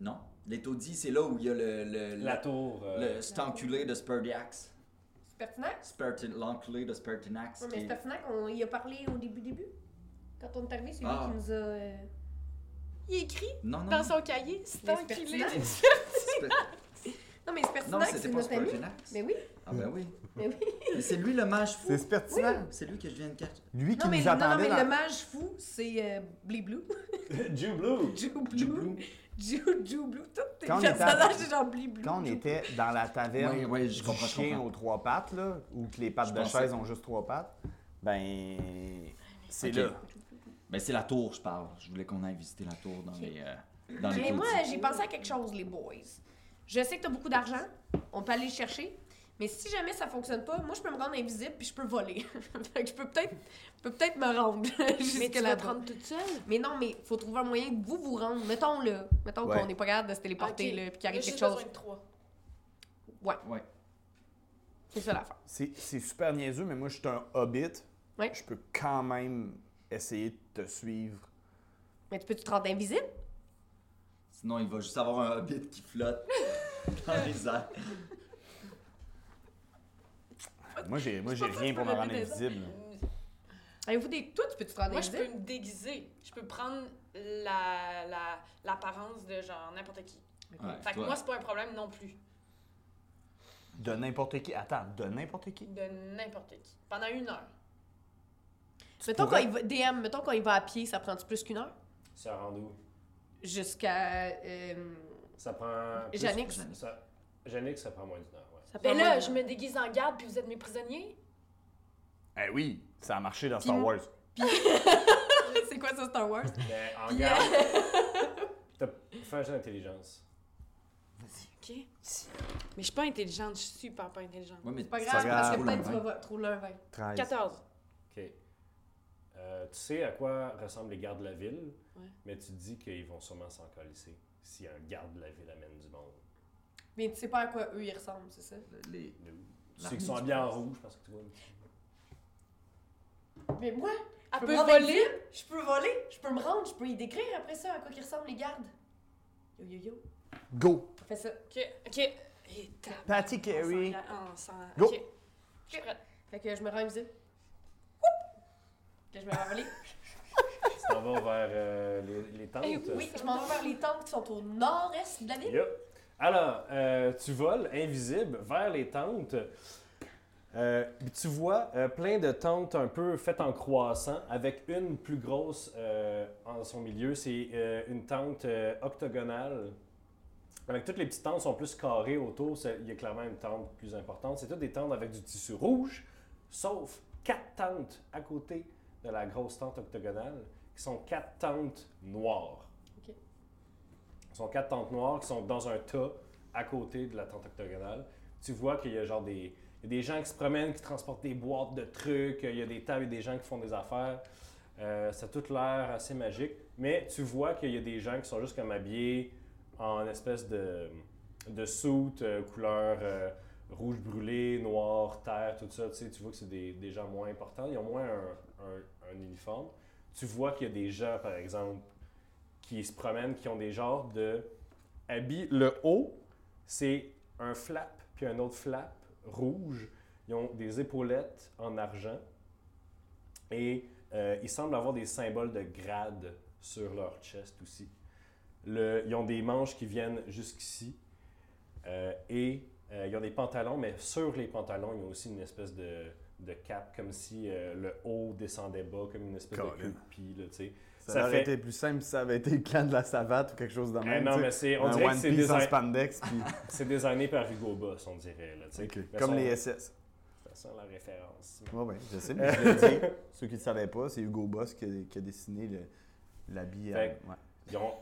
Speaker 2: Non? Les taudis, c'est là où il y a le. le,
Speaker 1: La tour. euh,
Speaker 2: le cet enculé de Spurdiax.
Speaker 3: C'est pertinent?
Speaker 2: Spurtin- L'enculé de Spurtinax.
Speaker 3: Oui,
Speaker 2: qui
Speaker 3: mais
Speaker 2: est-
Speaker 3: c'est pertinent qu'on y a parlé au début, début. Quand on est arrivé, c'est lui
Speaker 2: Ah.
Speaker 3: qui nous a... euh,
Speaker 6: Il écrit
Speaker 2: Non, non.
Speaker 6: dans son cahier, c'est
Speaker 3: Mais c'est
Speaker 6: enculé.
Speaker 3: pertinent.
Speaker 2: Spur-
Speaker 3: Non, mais c'est pertinent
Speaker 2: Non,
Speaker 3: que
Speaker 2: c'était
Speaker 3: c'est
Speaker 2: pas
Speaker 3: notre ami.
Speaker 2: Spurtinax.
Speaker 3: Mais oui,
Speaker 2: Ah, ben oui.
Speaker 3: mais oui.
Speaker 2: Mais c'est lui le mage fou.
Speaker 4: C'est pertinent.
Speaker 2: C'est lui que je viens de cacher.
Speaker 4: Lui qui
Speaker 3: Non, mais,
Speaker 4: nous
Speaker 3: non, non,
Speaker 4: attendait
Speaker 3: mais
Speaker 4: dans...
Speaker 3: le mage fou, c'est euh, Blee Blue.
Speaker 1: Jew Blue.
Speaker 3: Jew
Speaker 2: Du
Speaker 3: Blue.
Speaker 2: Blue.
Speaker 3: Jew Jew Blue. Tous tes
Speaker 4: Quand on était à-
Speaker 3: personnages, c'est genre Blee Blue.
Speaker 4: Quand on
Speaker 3: Jew
Speaker 4: était dans la taverne
Speaker 2: Oui, oui, je
Speaker 4: du
Speaker 2: comprends, je
Speaker 4: chien
Speaker 2: comprends.
Speaker 4: aux trois pattes, là, ou que les pattes
Speaker 2: Je
Speaker 4: de
Speaker 2: pensais-
Speaker 4: chaise ont juste trois pattes, ben... C'est
Speaker 2: Ok.
Speaker 4: là.
Speaker 2: Ben, c'est la tour, je parle. Je voulais qu'on aille visiter la tour dans les. euh, dans
Speaker 4: Ah,
Speaker 2: les
Speaker 3: Mais moi,
Speaker 2: taudis.
Speaker 3: j'ai pensé à quelque chose, les boys. Je sais que t'as beaucoup d'argent, on peut aller le chercher, mais si jamais ça fonctionne pas, moi, je peux me rendre invisible puis je peux voler. Fait que je peux peut-être peux peut me rendre
Speaker 6: Mais
Speaker 3: jusque
Speaker 6: tu vas
Speaker 3: là
Speaker 6: prendre toute seule?
Speaker 3: Mais non, mais faut trouver un moyen de vous vous rendre. Mettons là, mettons
Speaker 4: Ouais.
Speaker 3: qu'on n'est pas capable de se téléporter
Speaker 6: Ok.
Speaker 3: là, puis qu'il arrive
Speaker 6: Là, j'ai
Speaker 3: quelque
Speaker 6: besoin
Speaker 3: chose.
Speaker 6: de trois.
Speaker 2: Ouais.
Speaker 3: C'est ça l'affaire.
Speaker 4: C'est c'est super niaiseux, mais moi, je suis un hobbit.
Speaker 3: Ouais.
Speaker 4: Je peux quand même essayer de te suivre
Speaker 3: Mais tu peux tu te rendre invisible?
Speaker 2: Sinon, il va juste avoir un hobbit qui flotte dans les airs.
Speaker 4: Moi, j'ai, moi, j'ai
Speaker 6: Je pense
Speaker 4: rien
Speaker 6: que
Speaker 4: pour
Speaker 6: je
Speaker 4: me
Speaker 6: peux
Speaker 4: rendre
Speaker 6: lever des-
Speaker 4: invisible.
Speaker 3: Avez-vous des. Toi, tu peux tu te rendre
Speaker 6: Moi, je
Speaker 3: invisible?
Speaker 6: peux me déguiser. Je peux prendre la, la, l'apparence de genre n'importe qui.
Speaker 2: Ouais,
Speaker 6: Fait que
Speaker 2: toi,
Speaker 6: moi, c'est pas un problème non plus.
Speaker 4: De n'importe qui. Attends, de n'importe qui.
Speaker 6: De n'importe qui. Pendant une heure.
Speaker 3: Mettons
Speaker 4: pourrais-
Speaker 3: quand il va. DM, mettons quand il va à pied, ça prend-tu plus qu'une heure?
Speaker 1: Ça rend où?
Speaker 3: Jusqu'à. euh,
Speaker 1: Ça prend. plus-
Speaker 3: Janix.
Speaker 1: Ça... Janix, ça prend moins d'une heure, ouais.
Speaker 3: ça prend
Speaker 6: Ben là,
Speaker 3: moins
Speaker 6: je
Speaker 3: d'une
Speaker 6: me
Speaker 3: heure.
Speaker 6: déguise en garde, puis vous êtes mes prisonniers?
Speaker 4: Eh oui, ça a marché dans
Speaker 3: Puis-
Speaker 4: Star Wars.
Speaker 3: C'est quoi ça, Star Wars?
Speaker 1: Mais en
Speaker 3: Puis,
Speaker 1: garde.
Speaker 6: euh,
Speaker 1: T'as fait un jeu d'intelligence.
Speaker 6: OK. Mais je suis pas intelligente. Je suis super pas intelligente.
Speaker 2: Ouais, mais
Speaker 3: C'est pas
Speaker 2: ça hein.
Speaker 3: grave, parce
Speaker 4: grave.
Speaker 3: que
Speaker 2: roule un
Speaker 3: peut-être tu
Speaker 2: vingt.
Speaker 3: vas trop l'un vingt.
Speaker 4: 13.
Speaker 6: 14.
Speaker 1: OK. Euh, tu sais à quoi ressemblent les gardes de la ville,
Speaker 6: Ouais.
Speaker 1: mais tu te dis qu'ils vont sûrement s'en colisser si un garde de la ville amène du monde.
Speaker 3: Mais tu sais pas à quoi eux ils ressemblent, c'est ça?
Speaker 2: Les-
Speaker 1: De où? Tu sais
Speaker 2: L'armée
Speaker 1: qu'ils sont
Speaker 2: du
Speaker 1: habillés en
Speaker 2: prince.
Speaker 1: rouge, parce que tu vois.
Speaker 3: Mais moi,
Speaker 6: Elle
Speaker 3: Je
Speaker 6: peut
Speaker 3: me rendre
Speaker 6: voler?
Speaker 3: invisible, Je peux voler, je peux me rendre, je peux y décrire après ça à quoi qu'ils ressemblent les gardes. Yo yo yo,
Speaker 4: Go!
Speaker 3: fais ça.
Speaker 6: OK. OK. Et tape.
Speaker 4: Patty
Speaker 6: On
Speaker 4: Carey.
Speaker 6: s'en- on s'en-
Speaker 4: Eh Go.
Speaker 6: OK. Je suis prête.
Speaker 3: Fait que je me rends invisible. Que je me rends voler.
Speaker 1: Tu t'en vas vers euh, les, les tentes.
Speaker 6: Eh
Speaker 3: Oui, je m'en vais vers les tentes qui sont au nord-est de la ville.
Speaker 1: Yup. Alors, euh, tu voles invisible vers les tentes. Euh, puis tu vois euh, plein de tentes un peu faites en croissant, avec une plus grosse euh, en son milieu. C'est euh, une tente euh, octogonale. Avec toutes les petites tentes sont plus carrées autour. c'est- Il y a clairement une tente plus importante. C'est toutes des tentes avec du tissu rouge, sauf quatre tentes à côté de la grosse tente octogonale, qui sont quatre tentes noires. Ce sont quatre tentes noires qui sont dans un tas à côté de la tente octogonale. Tu vois qu'il y a genre des, il y a des gens qui se promènent, qui transportent des boîtes de trucs, il y a des tables et des gens qui font des affaires. Euh, ça a tout l'air assez magique. Mais tu vois qu'il y a des gens qui sont juste comme habillés en espèce de, de suit euh, couleur euh, rouge brûlé, noir, terre, tout ça. Tu, sais, tu vois que c'est des, des gens moins importants. Ils ont moins un, un- un uniforme. Tu vois qu'il y a des gens, par exemple, qui se promènent, qui ont des genres de habits. Le haut, c'est un flap, puis un autre flap rouge. Ils ont des épaulettes en argent. Et euh, ils semblent avoir des symboles de grade sur leur chest aussi. Le- ils ont des manches qui viennent jusqu'ici. Euh, et euh, ils ont des pantalons, mais sur les pantalons, ils ont aussi une espèce de, de cape, comme si euh, le haut descendait bas, comme une espèce de
Speaker 4: Colin.
Speaker 1: queue de pie, là, tu sais.
Speaker 4: Ça,
Speaker 1: Ça
Speaker 4: aurait
Speaker 1: fait-
Speaker 4: été plus simple si ça avait été le clan de la savate ou quelque chose de
Speaker 1: Eh
Speaker 4: même.
Speaker 1: non,
Speaker 4: tu sais.
Speaker 1: mais c'est, on
Speaker 4: un
Speaker 1: dirait que
Speaker 4: One
Speaker 1: c'est
Speaker 4: Piece en
Speaker 1: design-
Speaker 4: spandex. puis-
Speaker 1: c'est designé par Hugo Boss, on dirait. Là, tu sais.
Speaker 4: Ok.
Speaker 1: Mais
Speaker 4: Comme
Speaker 1: son-
Speaker 4: les SS.
Speaker 1: Ça sent la référence.
Speaker 4: Oui, oui, je sais, mais je le dis. Ceux qui ne le savaient pas, c'est Hugo Boss qui a, qui a dessiné le- l'habit. à-
Speaker 1: Fait-
Speaker 4: ouais.
Speaker 1: Ils ont-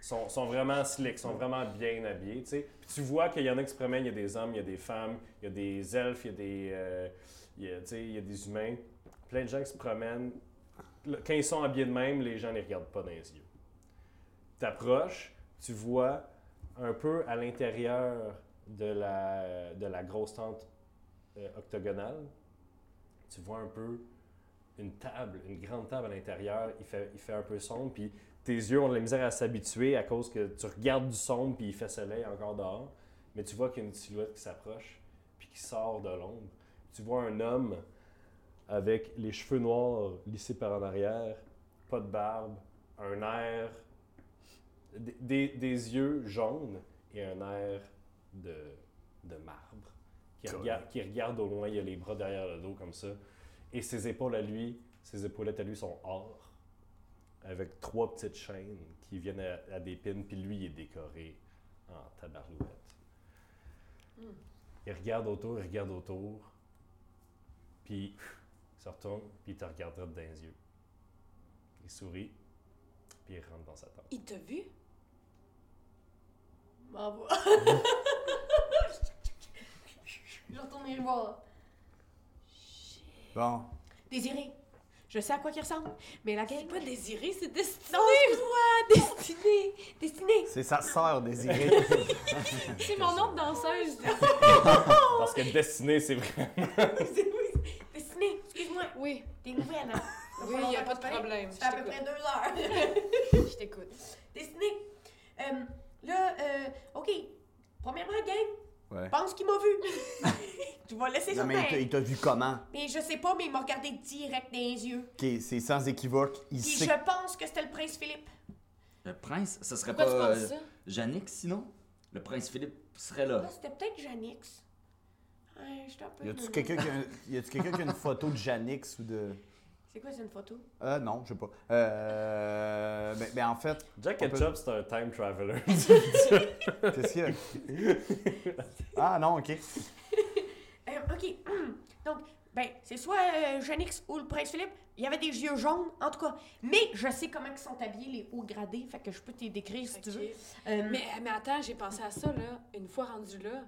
Speaker 1: sont, sont vraiment slick, sont vraiment bien habillés. tu sais. Puis tu vois qu'il y en a qui se promènent, il y a des hommes, il y a des femmes, il y a des elfes, il y a des, euh, il y a, tu sais, il y a des humains. Plein de gens qui se promènent. Le- Quand ils sont habillés de même, les gens ne les regardent pas dans les yeux. T'approches, tu vois un peu à l'intérieur de la, de la grosse tente euh, octogonale, tu vois un peu une table, une grande table à l'intérieur. Il fait, il fait un peu sombre, puis tes yeux ont de la misère à s'habituer à cause que tu regardes du sombre puis il fait soleil encore dehors, mais tu vois qu'il y a une silhouette qui s'approche puis qui sort de l'ombre. Tu vois un homme avec les cheveux noirs lissés par en arrière, pas de barbe, un air, des, des- des yeux jaunes et un air de, de marbre qui
Speaker 4: Cool.
Speaker 1: regarde, qui regarde au loin. Il a les bras derrière le dos comme ça et ses épaules à lui, ses épaulettes à lui sont or avec trois petites chaînes qui viennent à, à des pins, puis lui, il est décoré en tabarlouette. Il regarde autour, il regarde autour, puis il se retourne, puis il te regardera dans les yeux. Il sourit, puis il rentre dans sa tente.
Speaker 6: Il t'a vu?
Speaker 3: Bravo. je retourne y voir.
Speaker 4: Bon,
Speaker 3: Désiré, je sais à quoi qu'ils ressemblent, mais la
Speaker 6: C'est
Speaker 3: gang.
Speaker 6: pas désiré, c'est destiné.
Speaker 3: Non, excuse-moi, destinée, destinée.
Speaker 4: c'est sa sœur désirée.
Speaker 6: C'est mon autre danseuse.
Speaker 1: Parce que destinée, c'est vrai.
Speaker 3: C'est- oui, Destinée, excuse-moi.
Speaker 6: Oui.
Speaker 3: T'es nouvelle, hein?
Speaker 6: Oui, il n'y a pas de problème.
Speaker 3: Ça fait à
Speaker 6: Je
Speaker 3: peu près
Speaker 6: t'écoute.
Speaker 3: deux heures.
Speaker 6: Je t'écoute.
Speaker 3: Destiné. Euh, là, euh, OK. Premièrement, gang,
Speaker 4: Ouais.
Speaker 3: pense qu'il m'a vu. tu vas laisser ça
Speaker 4: Non, mais il t'a-
Speaker 3: mais,
Speaker 4: il t'a vu comment?
Speaker 3: mais je sais pas, mais il m'a regardé direct dans les yeux.
Speaker 4: Ok, c'est sans équivoque. Il
Speaker 3: Puis
Speaker 4: sait.
Speaker 3: je pense que c'était le prince Philippe.
Speaker 2: Le prince, ça serait
Speaker 6: Pourquoi tu
Speaker 2: pas
Speaker 6: penses
Speaker 2: euh,
Speaker 6: ça?
Speaker 2: Jannick, sinon Le prince Philippe serait là.
Speaker 3: Ah, c'était peut-être Janix. Ouais, j'étais un peu.
Speaker 4: Y a-tu quelqu'un qui a, y a-tu quelqu'un qui a une photo de Janix ou de.
Speaker 3: C'est quoi, c'est une photo?
Speaker 4: Euh, non, je sais pas. Euh. Ben, ben, en fait,
Speaker 1: Jack
Speaker 4: On peut-
Speaker 1: Ketchup, c'est un time traveler.
Speaker 4: qu'est-ce qu'il y a? ah non, ok.
Speaker 3: Euh, OK. Donc, ben, c'est soit euh, Janix ou le prince Philippe. Il y avait des yeux jaunes, en tout cas. Mais je sais comment ils sont habillés, les hauts gradés. Fait que je peux te les décrire si tu veux.
Speaker 6: Ok.
Speaker 3: Euh,
Speaker 6: Mais, mais attends, j'ai pensé à ça, là. Une fois rendu là,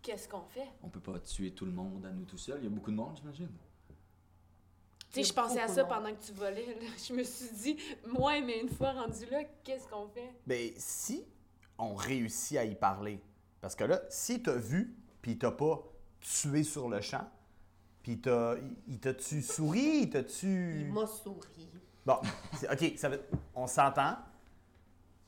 Speaker 6: qu'est-ce qu'on fait?
Speaker 2: On peut pas tuer tout le monde à nous tout seuls. Il y a beaucoup de monde, j'imagine.
Speaker 6: Tu sais,
Speaker 3: Il y a
Speaker 6: je pensais à
Speaker 3: beaucoup
Speaker 6: ça
Speaker 3: de monde.
Speaker 6: pendant que tu volais. là. Je me suis dit, moi, mais une fois rendu là, qu'est-ce qu'on fait?
Speaker 4: Ben, si on réussit à y parler, parce que là, si t'as vu, puis il t'a pas tué sur le champ, puis t'a- il- il t'a-tu souri, il t'a-tu...
Speaker 3: Il m'a souri.
Speaker 4: Bon, c'est- OK, ça veut- on s'entend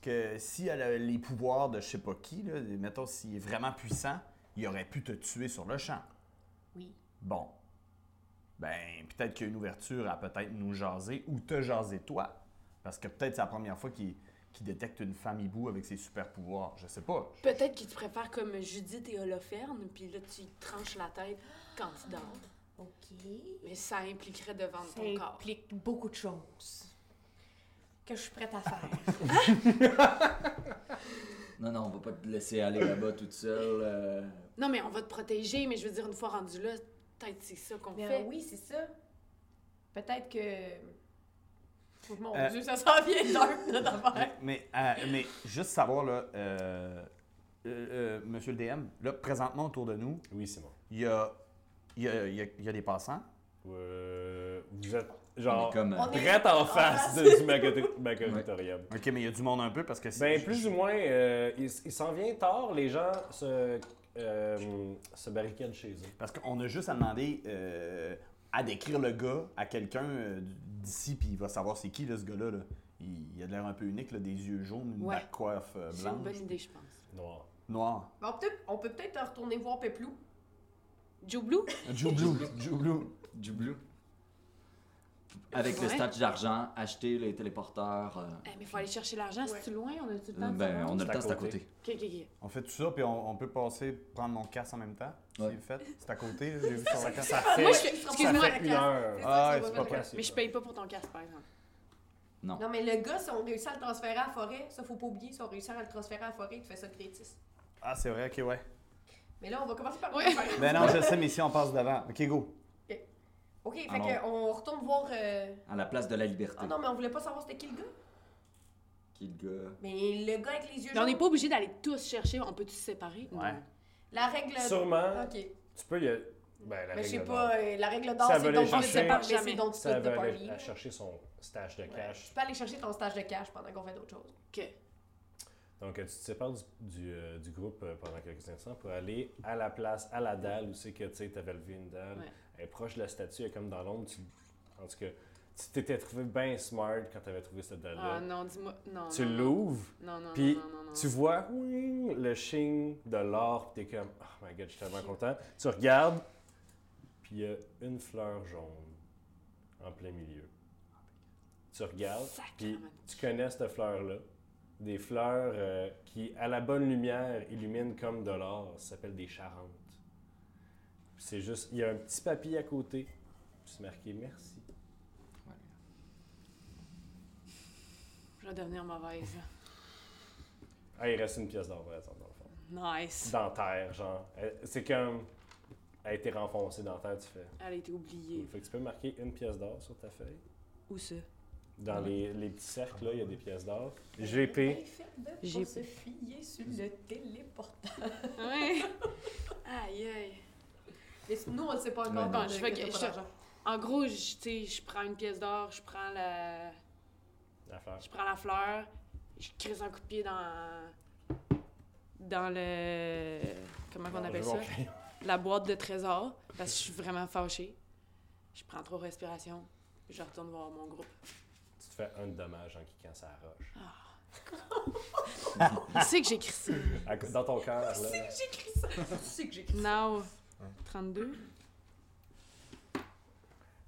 Speaker 4: que si elle a les pouvoirs de je sais pas qui, là, mettons s'il est vraiment puissant, il aurait pu te tuer sur le champ.
Speaker 3: Oui.
Speaker 4: Bon. Ben, peut-être qu'il y a une ouverture à peut-être nous jaser ou te jaser toi. Parce que peut-être c'est la première fois qu'il qu'il détecte une femme hibou avec ses super pouvoirs. Je sais pas.
Speaker 6: Peut-être que tu préfères comme Judith et Holoferne, puis là, tu y tranches la tête quand tu dors.
Speaker 3: OK.
Speaker 6: Mais ça impliquerait de vendre
Speaker 3: Ça
Speaker 6: ton corps.
Speaker 3: implique beaucoup de choses que je suis prête à faire.
Speaker 2: Non, non, on va pas te laisser aller là-bas toute seule. euh,
Speaker 6: Non, mais on va te protéger, mais je veux dire, une fois rendu là, peut-être c'est ça qu'on
Speaker 3: Mais
Speaker 6: fait.
Speaker 3: euh, oui, c'est ça. Peut-être que. Oh, Mon
Speaker 4: Euh.
Speaker 3: Dieu, ça s'en vient dark, notre affaire.
Speaker 4: Mais, euh, mais juste savoir, là, euh, euh, euh, monsieur le DM, là, présentement autour de nous,
Speaker 1: oui, Simon.
Speaker 4: il y a, il y a- il y a- il y a des passants.
Speaker 1: Euh, vous êtes
Speaker 2: on
Speaker 1: genre
Speaker 2: est comme. euh,
Speaker 3: On est-
Speaker 1: prête en face de- du Macoto- Macotorium.
Speaker 4: OK, mais il y a du monde un peu parce que c'est.
Speaker 1: Ben, plus ou moins, euh, il, s- il s'en vient tard, les gens se, euh, se barricadent chez eux.
Speaker 4: Parce qu'on a juste à demander euh, à décrire le gars à quelqu'un euh, d'ici, puis il va savoir c'est qui, là, ce gars-là. là. Il, il a de l'air un peu unique, là, des yeux jaunes, une
Speaker 6: Ouais.
Speaker 4: back coiffe euh,
Speaker 6: C'est une
Speaker 4: blanche,
Speaker 6: bonne idée, je pense.
Speaker 1: Noir.
Speaker 4: noire.
Speaker 3: Bon, peut-être- on peut peut-être retourner voir Peplou.
Speaker 6: Joe Blue?
Speaker 1: Ah,
Speaker 4: Joe Blue, Joe Blue.
Speaker 2: Du bleu. Avec le
Speaker 6: Ouais.
Speaker 2: statut d'argent, acheter les téléporteurs. euh,
Speaker 6: Eh, mais faut aller chercher l'argent,
Speaker 3: Ouais.
Speaker 6: c'est-tu loin? On a tout le temps
Speaker 2: euh,
Speaker 6: de
Speaker 2: ben, on
Speaker 6: savoir?
Speaker 2: a le
Speaker 1: C'est à
Speaker 2: temps, c'est à
Speaker 1: côté.
Speaker 2: côté.
Speaker 6: Ok, ok, ok.
Speaker 4: On fait tout ça, puis on, on peut passer prendre mon casse en même temps.
Speaker 2: Ouais.
Speaker 4: C'est fait. C'est à côté, là, j'ai vu sur la casse.
Speaker 1: Ça fait,
Speaker 6: Moi, je fais-
Speaker 1: ça
Speaker 6: excuse-moi,
Speaker 1: fait une heure.
Speaker 4: Ah, ouais, c'est pas possible.
Speaker 6: mais je paye pas pour ton casque, par exemple.
Speaker 3: Non, mais le gars, si on réussit à le transférer à la forêt, ça, faut pas oublier, si on réussit à le transférer à la forêt, tu fais ça gratis.
Speaker 4: Ah, c'est vrai, ok, ouais.
Speaker 3: Mais là, on va commencer par.
Speaker 6: Ouais.
Speaker 4: Ben non, je sais, mais si on passe devant. Ok, go.
Speaker 3: Ok,
Speaker 4: Ah
Speaker 3: fait
Speaker 2: Alors-
Speaker 3: qu'on retourne voir. euh,
Speaker 2: À la place de la liberté.
Speaker 3: Ah non, mais on voulait pas savoir c'était qui le gars.
Speaker 2: Qui le gars.
Speaker 3: Mais le gars avec les yeux
Speaker 6: Mais on n'est
Speaker 3: jaunes,
Speaker 6: pas obligé d'aller tous chercher, on peut-tu se séparer?
Speaker 4: Ouais.
Speaker 6: Non.
Speaker 3: La règle.
Speaker 1: Sûrement,
Speaker 3: Ok.
Speaker 1: tu peux y aller. Ben, la
Speaker 3: Mais je sais
Speaker 1: règle
Speaker 3: pas,
Speaker 1: d'or.
Speaker 3: euh, la règle d'or,
Speaker 1: Ça
Speaker 3: c'est
Speaker 1: veut
Speaker 3: donc
Speaker 1: les
Speaker 3: tu
Speaker 1: chercher.
Speaker 3: te parles
Speaker 6: Jamais.
Speaker 3: c'est donc tu
Speaker 1: Ça
Speaker 3: fais de
Speaker 1: va
Speaker 3: party.
Speaker 1: aller à chercher son stage de
Speaker 3: Tu
Speaker 1: cash.
Speaker 3: peux aller chercher ton stage de cash pendant qu'on fait d'autres choses.
Speaker 6: Ok.
Speaker 1: Donc, euh, tu te sépares du, du, euh, du groupe euh, pendant quelques instants pour aller à la place, à la dalle, où c'est que tu sais, avais levé une dalle.
Speaker 6: Ouais.
Speaker 1: Elle est proche de la statue, elle est comme dans l'ombre. Tu... En tout cas, tu t'étais trouvé bien smart quand tu avais trouvé cette
Speaker 6: Ah
Speaker 1: dalle-là.
Speaker 6: non, dis-moi. Non.
Speaker 1: tu
Speaker 6: non, non.
Speaker 1: l'ouvres,
Speaker 6: Non, non,
Speaker 1: puis
Speaker 6: non, non, non, non.
Speaker 1: tu vois ouing, le ching de l'or, puis t'es comme, oh my god, je suis tellement content. Tu regardes, puis il y a une fleur jaune en plein milieu. Tu regardes, puis
Speaker 6: Sacrément.
Speaker 1: tu connais cette fleur-là. Des fleurs euh, qui, à la bonne lumière, illuminent comme de l'or. Ça s'appelle des charentes. Puis C'est juste, il y a un petit papier à côté. puis C'est marqué merci.
Speaker 6: Je vais devenir mauvaise.
Speaker 1: Ah, il reste une pièce d'or, par exemple, dans le fond.
Speaker 6: Nice.
Speaker 1: dans terre, genre. Elle- C'est comme. Elle a été renfoncée dans terre, tu fais.
Speaker 6: Elle a été oubliée.
Speaker 1: Fait que tu peux marquer une pièce d'or sur ta feuille.
Speaker 6: Où ça?
Speaker 1: Dans les, les petits cercles, là, il y a des pièces d'or. GP.
Speaker 6: J'ai-
Speaker 3: J'ai se fier sur le téléporteur.
Speaker 6: Ouais. Aïe, aïe.
Speaker 3: Mais nous, on le sait pas encore.
Speaker 2: Ouais,
Speaker 3: quand
Speaker 6: non.
Speaker 3: on a-
Speaker 6: Je fais
Speaker 3: qu'il y a
Speaker 6: que-
Speaker 3: pas
Speaker 6: je-
Speaker 3: d'argent.
Speaker 6: En gros, je- tu sais, je prends une pièce d'or, je prends la.
Speaker 1: La fleur.
Speaker 6: Je prends la fleur, je crise un coup de pied dans. Dans le. Comment on appelle
Speaker 1: Je vais
Speaker 6: ça?
Speaker 1: voir.
Speaker 6: La boîte de trésors, parce que je suis vraiment fâchée. Je prends trop respiration, Je retourne voir mon groupe.
Speaker 1: Tu te fais un de dommage en kickant sa roche.
Speaker 6: Tu sais que j'ai écrit ça.
Speaker 1: À co- Dans ton cœur, là.
Speaker 3: Tu sais que j'ai écrit
Speaker 8: Now, 32.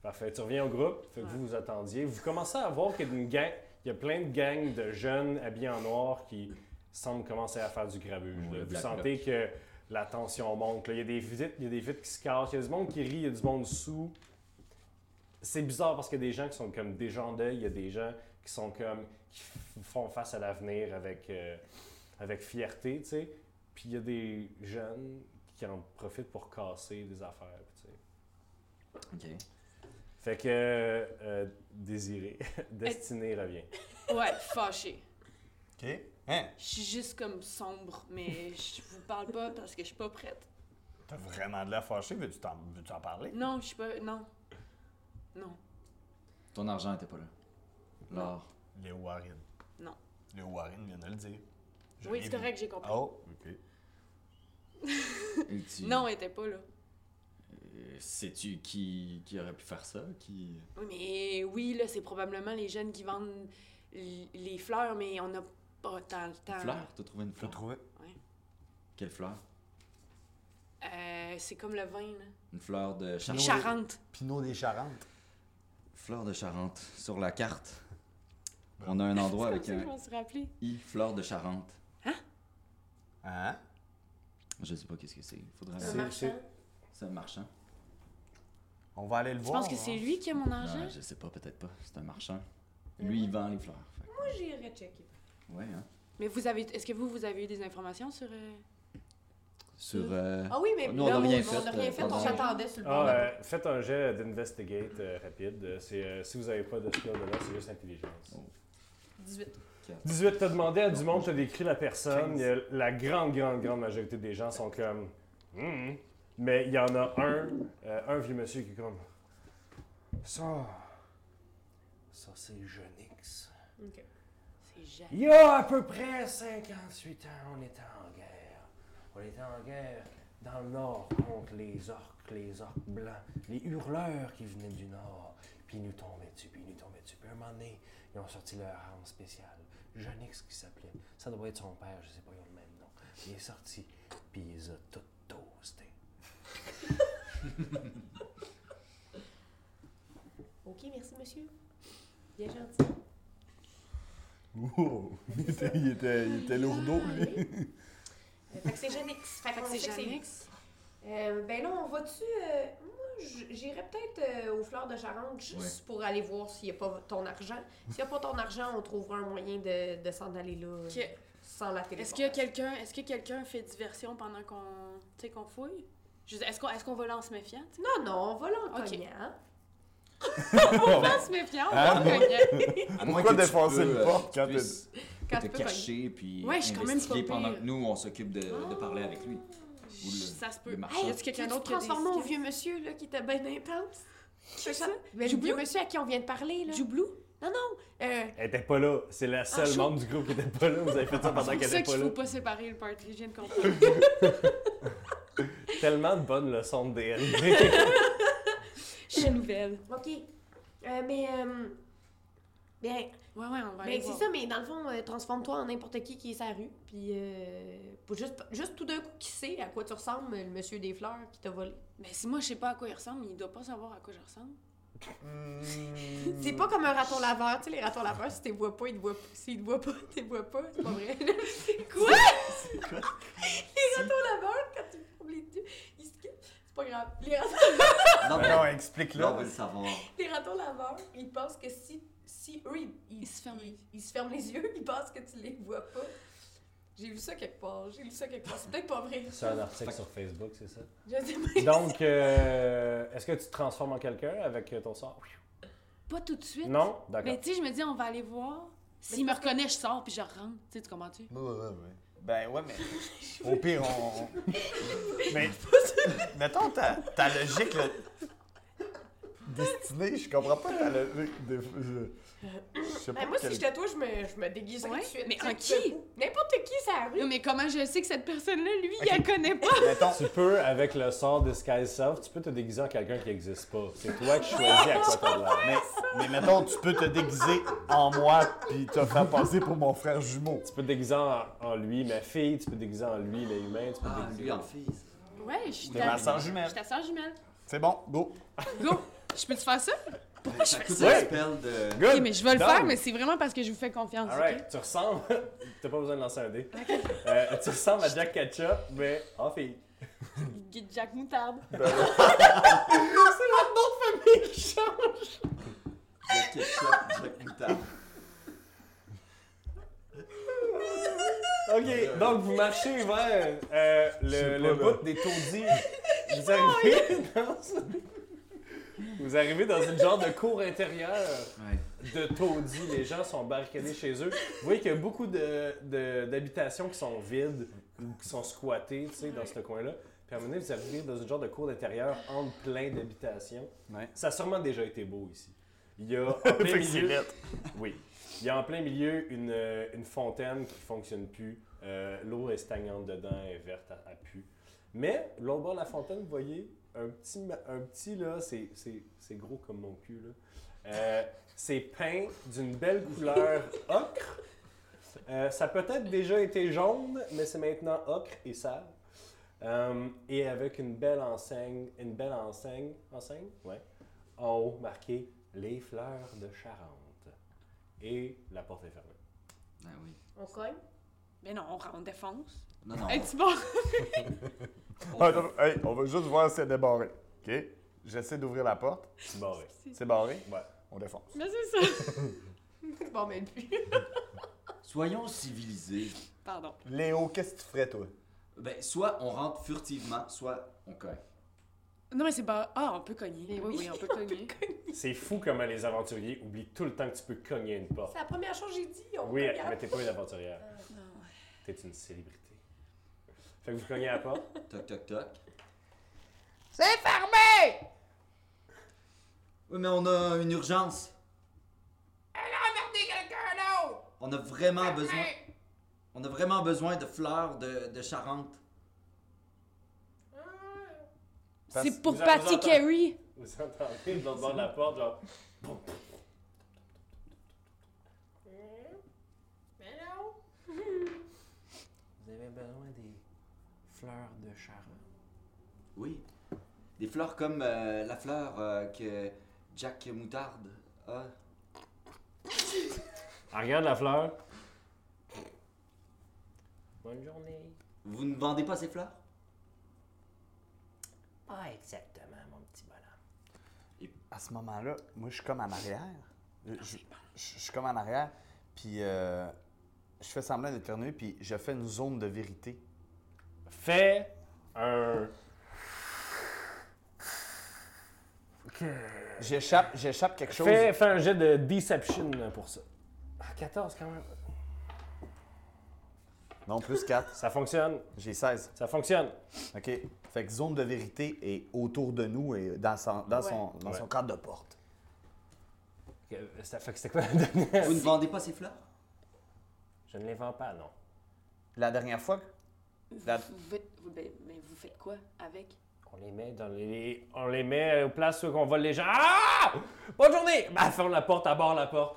Speaker 1: Parfait. Tu reviens au groupe. Fait que vous vous attendiez. Vous commencez à voir qu'il y a une gang. Il y a plein de gangs de jeunes habillés en noir qui semblent commencer à faire du grabuge.
Speaker 9: Ouais,
Speaker 1: là. vous
Speaker 9: Black
Speaker 1: sentez que la tension monte. là. Il y a des visites, il y a des vitres qui se cachent, il y a du monde qui rit, il y a du monde sous. C'est bizarre parce qu'il y a des gens qui sont comme des gens d'œil, il y a des gens qui sont comme qui f- font face à l'avenir avec, euh, avec fierté, tu sais. Puis il y a des jeunes qui en profitent pour casser des affaires, tu sais.
Speaker 2: Ok.
Speaker 1: Fait que euh, euh, Désiré, Destiné revient.
Speaker 6: Ouais, fâché.
Speaker 4: OK. Hein?
Speaker 6: Je suis juste comme sombre, mais je vous parle pas parce que je suis pas prête.
Speaker 4: T'as vraiment de la fâchée. Veux-tu t'en, veux-tu en parler?
Speaker 6: Non, je suis pas. Non. Non.
Speaker 2: Ton argent était pas là. L'or.
Speaker 4: Léo Warren.
Speaker 6: Non.
Speaker 4: Léo Warren vient de le dire. Je
Speaker 6: oui,
Speaker 4: l'ai
Speaker 6: c'est
Speaker 4: vu.
Speaker 6: correct, j'ai compris.
Speaker 4: Oh,
Speaker 9: OK.
Speaker 2: Et tu-
Speaker 6: Non, elle était pas là.
Speaker 2: Euh, Sais-tu qui, qui aurait pu faire ça? Qui...
Speaker 6: Oui, mais oui, là, c'est probablement les jeunes qui vendent l- les fleurs, mais on n'a pas tant le temps.
Speaker 2: Fleur? T'as trouvé une
Speaker 4: je l'ai
Speaker 2: fleur?
Speaker 4: trouvé.
Speaker 2: Quelle fleur?
Speaker 6: Euh, c'est comme le vin, là.
Speaker 2: Une fleur de Charente.
Speaker 6: Charente.
Speaker 4: Pinot des Charentes.
Speaker 2: Fleur de Charente. Sur la carte, on a un endroit
Speaker 6: C'est comme
Speaker 2: avec
Speaker 6: ça que je
Speaker 2: un
Speaker 6: m'en suis rappelé.
Speaker 2: I, fleur de Charente.
Speaker 4: Hein?
Speaker 2: Je sais pas qu'est-ce que c'est. Faudrait
Speaker 1: C'est-
Speaker 2: aller. C'est un marchand.
Speaker 4: On va aller le
Speaker 6: Je
Speaker 4: voir.
Speaker 6: pense que
Speaker 10: hein.
Speaker 6: c'est lui qui a mon argent.
Speaker 2: Ah, je sais pas, peut-être pas. C'est un marchand. Lui, il vend les fleurs. Fait que-
Speaker 3: J'irai checker.
Speaker 2: Ouais, hein.
Speaker 6: Mais vous avez. Est-ce que vous, vous avez eu des informations sur. euh,
Speaker 2: Sur. euh,
Speaker 3: Ah oui, mais
Speaker 2: Nous, on
Speaker 3: là,
Speaker 2: a rien
Speaker 3: on
Speaker 2: fait,
Speaker 3: n'a rien
Speaker 2: euh,
Speaker 3: fait,
Speaker 2: pendant-
Speaker 3: on s'attendait sur le
Speaker 1: Ah,
Speaker 3: bord.
Speaker 1: euh, faites un jet d'investigate euh, rapide. Euh, C'est, euh, si vous n'avez pas de skill de là, c'est juste intelligence.
Speaker 2: Oh.
Speaker 3: 18.
Speaker 1: 18, t'as demandé à du monde, t'as décrit la personne. Il y a- La grande, grande, grande majorité des gens sont comme. Hmm. Mais il y en a un, euh, un vieux monsieur qui est comme. Ça. Ça, c'est Jeunix.
Speaker 6: C'est ja-
Speaker 1: Il y a à peu près 58 ans, on était en guerre. On était en guerre dans le nord contre les orques, les orques blancs, les hurleurs qui venaient du nord. Puis ils nous tombaient dessus, puis ils nous tombaient dessus. Puis à un moment donné, ils ont sorti leur arme spéciale, Jonix qui s'appelait. Ça doit être son père, je sais pas, ils ont le même nom. Il est sorti, puis ils ont tout toasté.
Speaker 11: Ok, merci, monsieur. Bien gentil.
Speaker 9: Wow! Il était, il était, il était lourdeau, lui.
Speaker 3: Euh, Fait que c'est Genix. Fait
Speaker 6: Fait
Speaker 3: qu'on
Speaker 6: que c'est
Speaker 3: sait que c'est lui.
Speaker 6: Janix.
Speaker 3: Euh, Ben là, on va-tu. euh, Moi, j- j'irais peut-être euh, aux Fleurs de Charente juste
Speaker 2: Ouais.
Speaker 3: pour aller voir s'il n'y a pas ton argent. S'il n'y a pas ton argent, on trouvera un moyen de, de s'en aller là euh,
Speaker 6: Ok.
Speaker 3: sans la télé.
Speaker 6: Est-ce que quelqu'un est-ce que quelqu'un fait diversion pendant qu'on tu sais, qu'on fouille? Je veux dire, Est-ce qu'on est-ce qu'on va lancer méfiant? tu sais?
Speaker 3: Non, non, on va hein. là en
Speaker 6: Ok.
Speaker 3: cognant.
Speaker 6: On lance méfiant, on
Speaker 9: Ah,
Speaker 6: va cogner.
Speaker 2: à moins
Speaker 9: Pourquoi
Speaker 2: que tu
Speaker 9: défoncer
Speaker 2: peux,
Speaker 9: une
Speaker 2: euh,
Speaker 9: porte
Speaker 2: tu
Speaker 9: quand
Speaker 2: puisses
Speaker 3: Quand
Speaker 2: te
Speaker 3: tu peux cogner.
Speaker 2: cacher puis
Speaker 6: Ouais, je suis quand même
Speaker 2: investiguer
Speaker 6: pas
Speaker 2: pendant
Speaker 6: pire.
Speaker 2: que nous on s'occupe de, de parler avec lui. Ou le-
Speaker 6: Ça se peut.
Speaker 2: le marchand.
Speaker 6: Hey, est-ce qu'il y a quelqu'un d'autre qui a des
Speaker 3: transformé au
Speaker 6: skills?
Speaker 3: vieux monsieur là, qui était bien intense?
Speaker 6: Qui ça? Ben,
Speaker 3: Mais le
Speaker 6: Joublou?
Speaker 3: vieux monsieur à qui on vient de parler, là.
Speaker 6: Joublou?
Speaker 3: Euh,
Speaker 1: Elle était pas là. C'est la
Speaker 6: seule chaud. membre
Speaker 1: du groupe qui était pas là. Vous avez fait ça pendant
Speaker 6: Ah, C'est pour ça qu'il faut pas séparer le party, je viens de comprendre.
Speaker 1: Tellement de bonnes leçons de DLD.
Speaker 6: Je suis nouvelle.
Speaker 3: OK. Euh, mais. euh, Bien,
Speaker 6: Ouais, ouais, on va aller
Speaker 3: ben, c'est
Speaker 6: voir.
Speaker 3: ça, mais dans le fond, euh, transforme-toi en n'importe qui qui est sa rue. Puis, euh, pour juste, juste tout d'un coup, qui sait à quoi tu ressembles, le monsieur des fleurs qui t'a volé.
Speaker 6: Mais si moi je sais pas à quoi il ressemble, il doit pas savoir à quoi je ressemble.
Speaker 3: C'est pas comme un raton laveur, tu sais, les ratons laveurs, si tu les vois pas, ils te voient pas. S'ils te voient pas, tu les vois pas, c'est pas vrai. Quoi? Les ratons laveurs, quand tu prends les deux, ils se cachent. C'est pas grave. Les ratons,
Speaker 2: Non,
Speaker 9: Ah,
Speaker 2: mais
Speaker 4: Non,
Speaker 2: là, on
Speaker 4: explique-le.
Speaker 2: va le savoir.
Speaker 3: les ratons laveurs, ils pensent que si, si eux, ils, ils-
Speaker 6: Il se ferme.
Speaker 3: ils, ils se ferment les yeux, ils pensent que tu les vois pas. J'ai vu ça quelque part, j'ai lu ça quelque part. C'est peut-être pas vrai.
Speaker 1: C'est un article sur Facebook, c'est ça?
Speaker 3: Je sais pas.
Speaker 1: Donc, euh, est-ce que tu te transformes en quelqu'un avec euh, ton sort?
Speaker 6: Pas tout de suite.
Speaker 1: Non? D'accord.
Speaker 6: Mais tu sais, je me dis, on va aller voir. S'il me reconnaît, je sors puis je rentre. Tu sais, tu comprends-tu?
Speaker 4: Ouais, ouais, ouais. Ben ouais, mais au pire, on... mais mettons ta, ta logique, là.
Speaker 10: Destinée, je comprends pas ta logique. De... Je... je sais pas.
Speaker 12: Ben, moi,
Speaker 10: quel-
Speaker 12: si j'étais toi, je me, je me déguiserais
Speaker 7: Ouais,
Speaker 12: tout de suite.
Speaker 7: mais
Speaker 12: Tu sais,
Speaker 7: en
Speaker 12: tout
Speaker 7: qui?
Speaker 12: d'un coup, N'importe qui, ça arrive.
Speaker 5: Mais comment je sais que cette personne-là, lui, il la
Speaker 4: Ok.
Speaker 5: connaît pas?
Speaker 4: Mettons,
Speaker 1: Tu peux, avec le sort de Sky Soft, tu peux te déguiser en quelqu'un qui n'existe pas. C'est toi qui choisis à quoi t'as de l'air.
Speaker 10: Mais, mais mettons, tu peux te déguiser en moi puis te faire passer pour mon frère jumeau.
Speaker 1: Tu peux te déguiser en, en lui, ma fille, tu peux te déguiser en lui, l'humain, tu peux te
Speaker 2: Ah,
Speaker 1: déguiser
Speaker 2: lui
Speaker 1: en...
Speaker 2: en fille.
Speaker 5: Ouais, je suis
Speaker 4: c'est ma
Speaker 5: ta,
Speaker 4: soeur
Speaker 5: je
Speaker 4: jumelle.
Speaker 5: suis ta soeur jumelle.
Speaker 10: C'est bon, go.
Speaker 5: Go! Je peux te faire ça?
Speaker 2: Pourquoi je fais
Speaker 1: ça? Ouais.
Speaker 2: de...
Speaker 1: Good!
Speaker 5: Ok, mais je vais le
Speaker 1: Done.
Speaker 5: faire, mais c'est vraiment parce que je vous fais confiance. ok?
Speaker 1: Alright, tu ressembles... T'as pas besoin de lancer un dé. Euh, tu ressembles à Jack Ketchup, mais en fille.
Speaker 5: Guide Jack Moutarde.
Speaker 4: Ah,
Speaker 2: Le ketchup, Jack Moutarde.
Speaker 1: OK, donc vous marchez vers euh, le,
Speaker 10: sais
Speaker 1: le
Speaker 10: pas, là.
Speaker 1: bout des taudis. Vous arrivez dans une... Vous arrivez dans une genre de cour intérieure
Speaker 2: Ouais.
Speaker 1: de taudis. Les gens sont barricadés chez eux. Vous voyez qu'il y a beaucoup de- de- d'habitations qui sont vides, ou qui sont squattées, tu sais, dans ce coin-là. Puis à un moment donné, vous arrivez dans une genre de cour d'intérieur entre plein d'habitations.
Speaker 4: Ouais.
Speaker 1: Ça a sûrement déjà été beau ici. Il y a en plein
Speaker 10: Fait que c'est
Speaker 1: milieu...
Speaker 10: lettre.
Speaker 1: Oui. Il y a en plein milieu une, euh, une fontaine qui fonctionne plus. Euh, L'eau est stagnante dedans, elle est verte à, à pu. Mais l'autre bord de la fontaine, vous voyez, un petit, ma- un petit là, c'est c'est- c'est gros comme mon cul, là. Euh, c'est peint d'une belle couleur ocre. Euh, ça a peut-être déjà été jaune, mais c'est maintenant ocre et sale. Euh, et avec une belle enseigne, une belle enseigne, enseigne, ouais, en haut marqué les fleurs de Charente. Et la porte est fermée.
Speaker 2: Ah oui.
Speaker 7: On cogne.
Speaker 6: Mais non, on rentre défonce.
Speaker 2: Non, non.
Speaker 5: Es-tu bon?
Speaker 9: Ah,
Speaker 10: Ah, Attends, hey, on va juste voir si elle est barrée. OK? J'essaie d'ouvrir la porte.
Speaker 1: C'est barré.
Speaker 10: C'est barré?
Speaker 1: Ouais.
Speaker 10: On défonce.
Speaker 5: Mais c'est ça.
Speaker 7: Je m'en mêle plus.
Speaker 2: Soyons civilisés.
Speaker 6: Pardon.
Speaker 10: Léo, qu'est-ce que tu ferais, toi?
Speaker 2: Ben, soit on rentre furtivement, soit on cogne.
Speaker 6: Non, mais c'est pas. Ah, on peut cogner.
Speaker 7: Mais
Speaker 6: Oui,
Speaker 7: oui,
Speaker 6: oui, on peut cogner.
Speaker 1: C'est fou comment les aventuriers oublient tout le temps que tu peux cogner une porte.
Speaker 7: C'est la première chose que j'ai dit. On
Speaker 1: Oui,
Speaker 7: cogne.
Speaker 1: mais t'es pas une aventurière. T'es une célébrité. Fait que vous cognez à la porte.
Speaker 2: Toc, toc, toc.
Speaker 12: C'est fermé!
Speaker 2: Oui, mais on a une urgence.
Speaker 12: Emmerdez quelqu'un d'autre!
Speaker 2: On a vraiment besoin.
Speaker 12: Hey!
Speaker 2: On a vraiment besoin de fleurs de, de Charente.
Speaker 10: Parce-
Speaker 5: C'est pour
Speaker 1: Vous avez- vous
Speaker 5: Patty
Speaker 1: entendez-
Speaker 5: Carey.
Speaker 1: Vous entendez de l'autre bord de la porte, genre.
Speaker 12: Mais non!
Speaker 1: Vous avez besoin des fleurs de Charente.
Speaker 2: Oui. Des fleurs comme euh, la fleur euh, que Jack Moutarde a.
Speaker 1: Elle regarde la fleur. Bonne journée.
Speaker 2: Vous ne vendez pas ces fleurs?
Speaker 1: Pas Ah, exactement, mon petit bonhomme.
Speaker 4: À ce moment-là, moi, je suis comme en arrière. Je, je- je suis comme en arrière, puis euh, je fais semblant d'éternuer, puis je fais une zone de vérité.
Speaker 1: Fais un.
Speaker 4: J'échappe, j'échappe quelque chose.
Speaker 1: Fais, fais un jet de deception pour ça. Ah, 14 quand même.
Speaker 4: Non, plus 4.
Speaker 1: Ça fonctionne.
Speaker 4: J'ai 16.
Speaker 1: Ça fonctionne.
Speaker 4: OK. Fait que zone de vérité est autour de nous et dans son, dans son, dans son cadre de porte.
Speaker 1: Ok, Ça fait que c'était quoi la dernière?
Speaker 2: Vous ne vendez pas ces fleurs?
Speaker 1: Je ne les vends pas, non.
Speaker 4: La dernière fois, la-
Speaker 6: Vous faites- vous- ben, mais vous faites quoi avec?
Speaker 1: On les met dans les. On les met aux places où on vole les gens. Ah! Bonne journée! Bah, ferme la porte, abord la porte.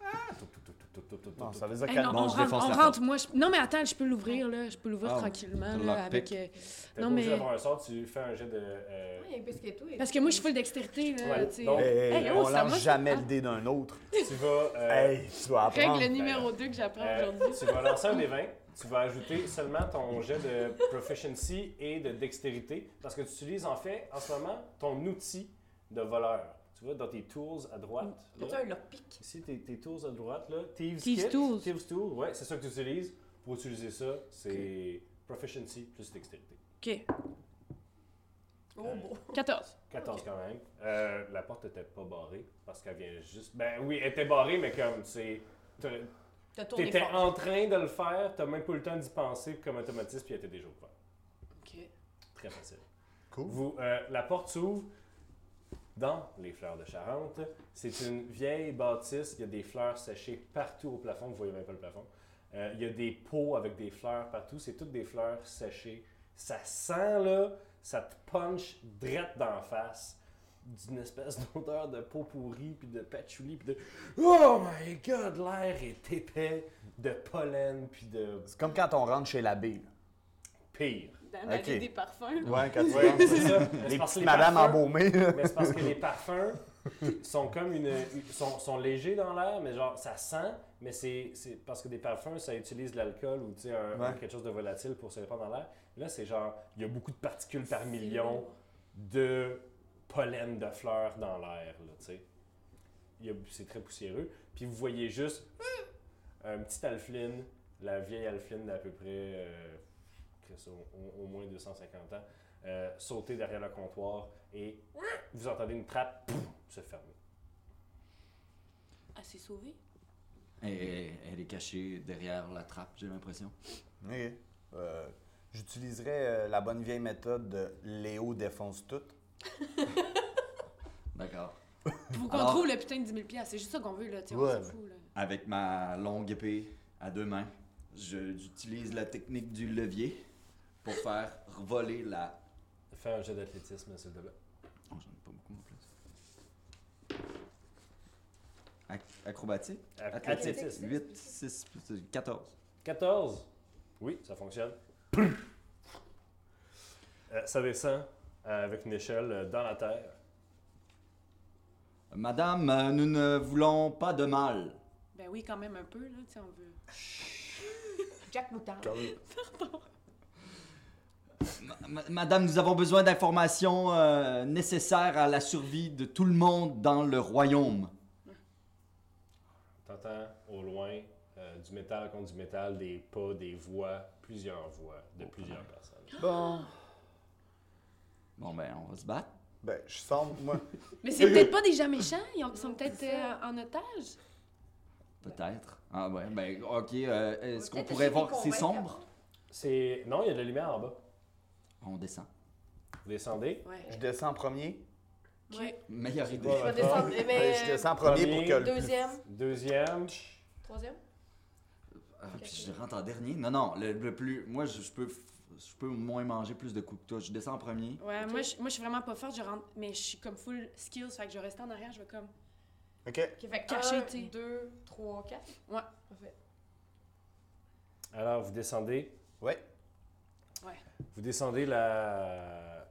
Speaker 1: Ah! Tout, tout, tout, tout, tout, tout, tout,
Speaker 4: non,
Speaker 1: tout.
Speaker 4: ça veut dire
Speaker 5: Hey,
Speaker 4: qu'elle-
Speaker 5: non,
Speaker 4: Bon,
Speaker 5: on
Speaker 4: je
Speaker 5: rentre,
Speaker 4: défonce
Speaker 5: on
Speaker 4: la
Speaker 5: rentre. Moi, je- Non, mais attends, je peux l'ouvrir, là. Je peux l'ouvrir
Speaker 2: Ah,
Speaker 5: tranquillement,
Speaker 2: c'est un
Speaker 5: là, avec...
Speaker 2: lockpick.
Speaker 5: euh,
Speaker 1: T'as
Speaker 5: non,
Speaker 1: pas obligé
Speaker 5: mais-
Speaker 1: d'avoir un sort, tu fais un jet de. euh,
Speaker 7: Ouais, parce que toi,
Speaker 5: Parce que moi, je suis full dextérité, là,
Speaker 1: Ouais,
Speaker 5: tu sais.
Speaker 1: donc-
Speaker 4: porte. Hey,
Speaker 5: Hey, oh,
Speaker 4: on
Speaker 5: ça va,
Speaker 4: lance
Speaker 5: c'est-
Speaker 4: jamais
Speaker 5: ah.
Speaker 4: le dé d'un autre.
Speaker 1: Tu vas. euh,
Speaker 4: Hey, tu vas apprendre.
Speaker 5: Règle numéro 2 que j'apprends
Speaker 1: euh,
Speaker 5: Ah, aujourd'hui.
Speaker 1: tu vas lancer un des 20. Tu vas ajouter seulement ton jet de proficiency et de dextérité parce que tu utilises en fait en ce moment ton outil de voleur. Tu vois, dans tes tools à droite. là,
Speaker 7: T'as un lockpick.
Speaker 1: Ici, tes, tes tools à droite, là, Thieves,
Speaker 5: Mm. Thieves
Speaker 1: Kit,
Speaker 5: Tools.
Speaker 1: Thieves Tools, ouais, c'est ça que tu utilises. Pour utiliser ça, c'est Proficiency plus dextérité.
Speaker 5: OK.
Speaker 7: Oh,
Speaker 1: Euh,
Speaker 7: bon.
Speaker 5: 14.
Speaker 1: 14 quand même. Euh, la porte était pas barrée parce qu'elle vient juste. Ben oui, elle était barrée, mais comme c'est. t'aurais-
Speaker 7: T'as tourné
Speaker 1: T'étais
Speaker 7: fort.
Speaker 1: en train de le faire, t'as même pas eu le temps d'y penser comme automatisme, puis elle était déjà ouverte.
Speaker 6: OK.
Speaker 1: Très facile.
Speaker 10: Cool.
Speaker 1: Vous, euh, la porte s'ouvre, dans les fleurs de Charente. C'est une vieille bâtisse. Il y a des fleurs séchées partout au plafond. Vous voyez même pas le plafond. Euh, il y a des pots avec des fleurs partout. C'est toutes des fleurs séchées. Ça sent là, ça te punch drette d'en face d'une espèce d'odeur de peau pourrie, puis de patchouli, puis de « Oh my God! » L'air est épais de pollen, puis de
Speaker 4: C'est comme quand on rentre chez l'abbé.
Speaker 1: pire.
Speaker 7: Dans la
Speaker 4: Ok.
Speaker 7: vie des parfums.
Speaker 4: Ouais, quand tu
Speaker 1: Ouais,
Speaker 4: rentres.
Speaker 1: c'est ça. Mais c'est
Speaker 4: Les
Speaker 1: parce que
Speaker 4: petites madames
Speaker 1: parfums-
Speaker 4: embaumées. là.
Speaker 1: Mais c'est parce que les parfums sont comme une. une- sont, sont légers dans l'air, mais genre ça sent, mais c'est c'est parce que des parfums, ça utilise de l'alcool ou tu sais, un-
Speaker 4: Ouais.
Speaker 1: quelque chose de volatile pour se répandre dans l'air. Là, c'est genre, il y a beaucoup de particules par million de pollen de fleurs dans l'air, là, tu sais. Il y a- C'est très poussiéreux. Puis vous voyez juste euh, un petit alpheline, la vieille alpheline d'à peu près euh, Chris, au, au- au moins 250 ans, euh, sauter derrière le comptoir et vous entendez une trappe pouf, se fermer.
Speaker 7: Ah, c'est sauvé.
Speaker 2: Et elle est cachée derrière la trappe, j'ai l'impression.
Speaker 4: Ok. Euh, J'utiliserais euh, la bonne vieille méthode de Léo défonce tout.
Speaker 2: D'accord.
Speaker 6: Faut qu'on
Speaker 2: Alors-
Speaker 6: trouve le putain de 10 000 piastres. C'est juste ça qu'on veut, là. tu sais, On
Speaker 4: Ouais,
Speaker 6: s'en
Speaker 4: mais-
Speaker 6: fout, là.
Speaker 2: Avec ma longue épée à deux mains, je- j'utilise la technique du levier pour faire voler la.
Speaker 1: Faire un jeu d'athlétisme, s'il te plaît.
Speaker 2: Oh, j'en ai pas beaucoup en plus. Ac- acrobatique
Speaker 1: Ath-
Speaker 2: Athlétisme.
Speaker 1: Athlétisme.
Speaker 2: 8, 6, 14.
Speaker 1: 14. Oui, ça fonctionne. Euh, ça descend euh, avec une échelle euh, dans la terre.
Speaker 2: Madame, euh, nous ne voulons pas de mal.
Speaker 6: Ben oui, quand même un peu, là. Tu sais, on veut.
Speaker 12: Jack Moutard.
Speaker 10: Quand même.
Speaker 2: Ma- Madame, nous avons besoin d'informations euh, nécessaires à la survie de tout le monde dans le royaume.
Speaker 1: T'entends au loin euh, du métal contre du métal, des pas, des voix, plusieurs voix de plusieurs personnes.
Speaker 4: Bon.
Speaker 2: Bon, ben, on va se battre.
Speaker 10: Ben, je semble, moi.
Speaker 6: Mais c'est peut-être pas déjà méchants. Ils ont- sont peut-être euh, en otage.
Speaker 2: Peut-être. Ah, ouais, ben, ok. euh, Est-ce
Speaker 7: On va
Speaker 2: qu'on
Speaker 7: peut-être
Speaker 2: pourrait
Speaker 7: essayer
Speaker 2: voir
Speaker 7: de
Speaker 2: que c'est
Speaker 7: convaincre
Speaker 2: sombre?
Speaker 1: C'est non, il y a de la lumière en bas.
Speaker 2: On descend.
Speaker 1: Vous descendez.
Speaker 6: Ouais.
Speaker 4: Je descends en premier.
Speaker 6: Ouais.
Speaker 2: Meilleure idée.
Speaker 1: Ouais.
Speaker 7: Je vais descendre.
Speaker 4: Euh,
Speaker 7: Mais. euh,
Speaker 4: je descends en premier
Speaker 1: premier,
Speaker 4: pour que le plus-
Speaker 7: Deuxième,
Speaker 1: Deuxième.
Speaker 7: troisième.
Speaker 2: Ah, puis je rentre en dernier. Non, non, le, le plus. Moi, je, je peux f- je peux moins manger plus de coups que toi. Je descends en premier.
Speaker 6: Ouais, moi, je, moi, je suis vraiment pas forte. Je rentre. Mais je suis comme full skills. Fait que je vais rester en arrière. Je vais comme.
Speaker 10: OK.
Speaker 7: Qui fait
Speaker 6: Caché, tu sais.
Speaker 7: 1, 2, 3, 4.
Speaker 6: Ouais.
Speaker 7: Parfait.
Speaker 1: Alors vous descendez.
Speaker 4: Ouais.
Speaker 6: Ouais.
Speaker 1: Vous descendez la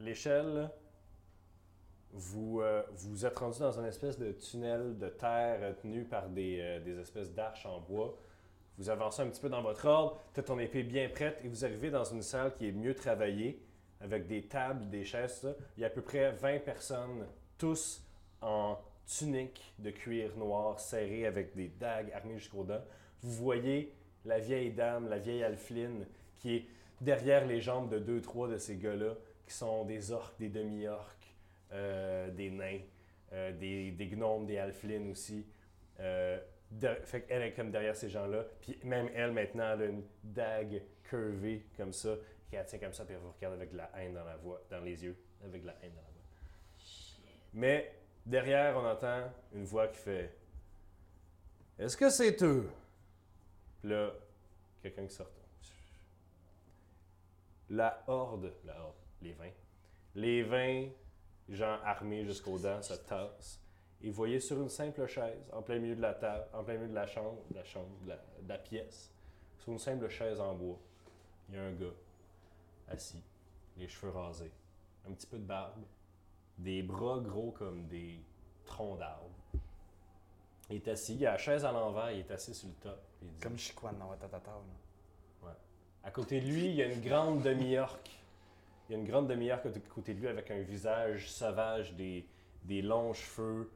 Speaker 1: l'échelle. Vous euh, vous êtes rendu dans une espèce de tunnel de terre euh, tenu par des, euh, des espèces d'arches en bois. Vous avancez un petit peu dans votre ordre, peut-être ton épée bien prête, et vous arrivez dans une salle qui est mieux travaillée, avec des tables, des chaises, tout ça. Il y a à peu près 20 personnes, tous en tunique de cuir noir serrée avec des dagues armées jusqu'aux dents. Vous voyez la vieille dame, la vieille alpheline, qui est derrière les jambes de deux, trois de ces gars-là, qui sont des orques, des demi-orques, euh, des nains, euh, des, des gnomes, des alphelines aussi. Euh, de- fait elle est comme derrière ces gens-là. Puis même elle, maintenant, elle a une dague curvée comme ça, qui la tient comme ça, puis elle vous regarde avec de la haine dans la voix, dans les yeux, avec de la haine dans la voix. Mais derrière, on entend une voix qui fait Est-ce que c'est eux Puis là, quelqu'un qui sort. La horde, la horde, les vins. Les vins, gens armés jusqu'aux dents, se tassent. Et vous voyez sur une simple chaise, en plein milieu de la table, en plein milieu de la chambre, de la chambre, de la, de la pièce, sur une simple chaise en bois, il y a un gars assis, les cheveux rasés, un petit peu de barbe, des bras gros comme des troncs d'arbres. Il est assis, il y a la chaise à l'envers, il est assis sur le top. puis il dit-
Speaker 4: Comme Chiquan dans Watatata. là.
Speaker 1: à côté de lui, il y a une grande demi-orque. Il y a une grande demi-orque à côté de lui avec un visage sauvage, des, des longs cheveux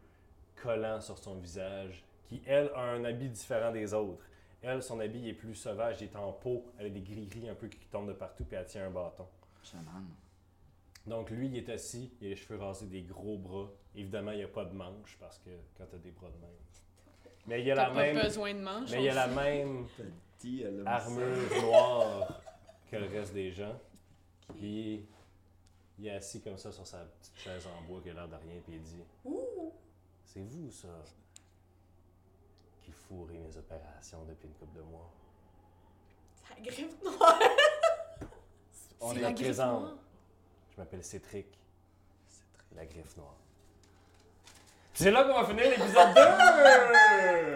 Speaker 1: collants sur son visage, qui, elle, a un habit différent des autres. Elle, son habit est plus sauvage, il est en peau, elle a des gris-gris un peu qui tombent de partout, puis elle tient un bâton.
Speaker 2: Chaman.
Speaker 1: Donc lui, il est assis, il a les cheveux rasés, des gros bras. Évidemment, il n'y a pas de manches, parce que quand tu as des bras de même. Mais il y a la
Speaker 6: T'as pas
Speaker 1: même,
Speaker 6: besoin de manches.
Speaker 1: mais il y a
Speaker 6: on
Speaker 1: la
Speaker 6: sait.
Speaker 1: même
Speaker 2: Dis, elle a mis ça.
Speaker 1: armure noire que le reste des gens. Puis Il est assis comme ça sur sa petite chaise en bois qui a l'air de rien, puis il dit C'est vous, ça, qui fourrez mes opérations depuis une couple de mois.
Speaker 7: Ça griffe noire.
Speaker 1: On
Speaker 7: C'est
Speaker 1: est
Speaker 7: la
Speaker 1: la
Speaker 7: griffe
Speaker 1: présente.
Speaker 7: noire.
Speaker 1: Je m'appelle Cétric. La griffe noire. C'est là qu'on va finir l'épisode 2!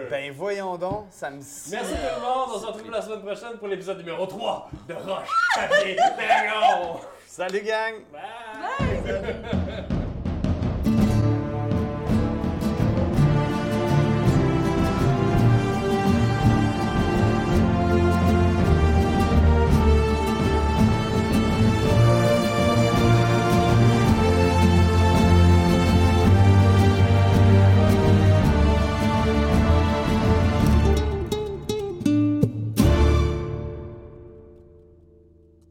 Speaker 4: Ben voyons donc, ça me scie.
Speaker 1: Merci tout le monde, on se retrouve la semaine prochaine pour l'épisode numéro 3 de Roche, Papier, Dragon!
Speaker 4: Salut gang!
Speaker 1: Bye!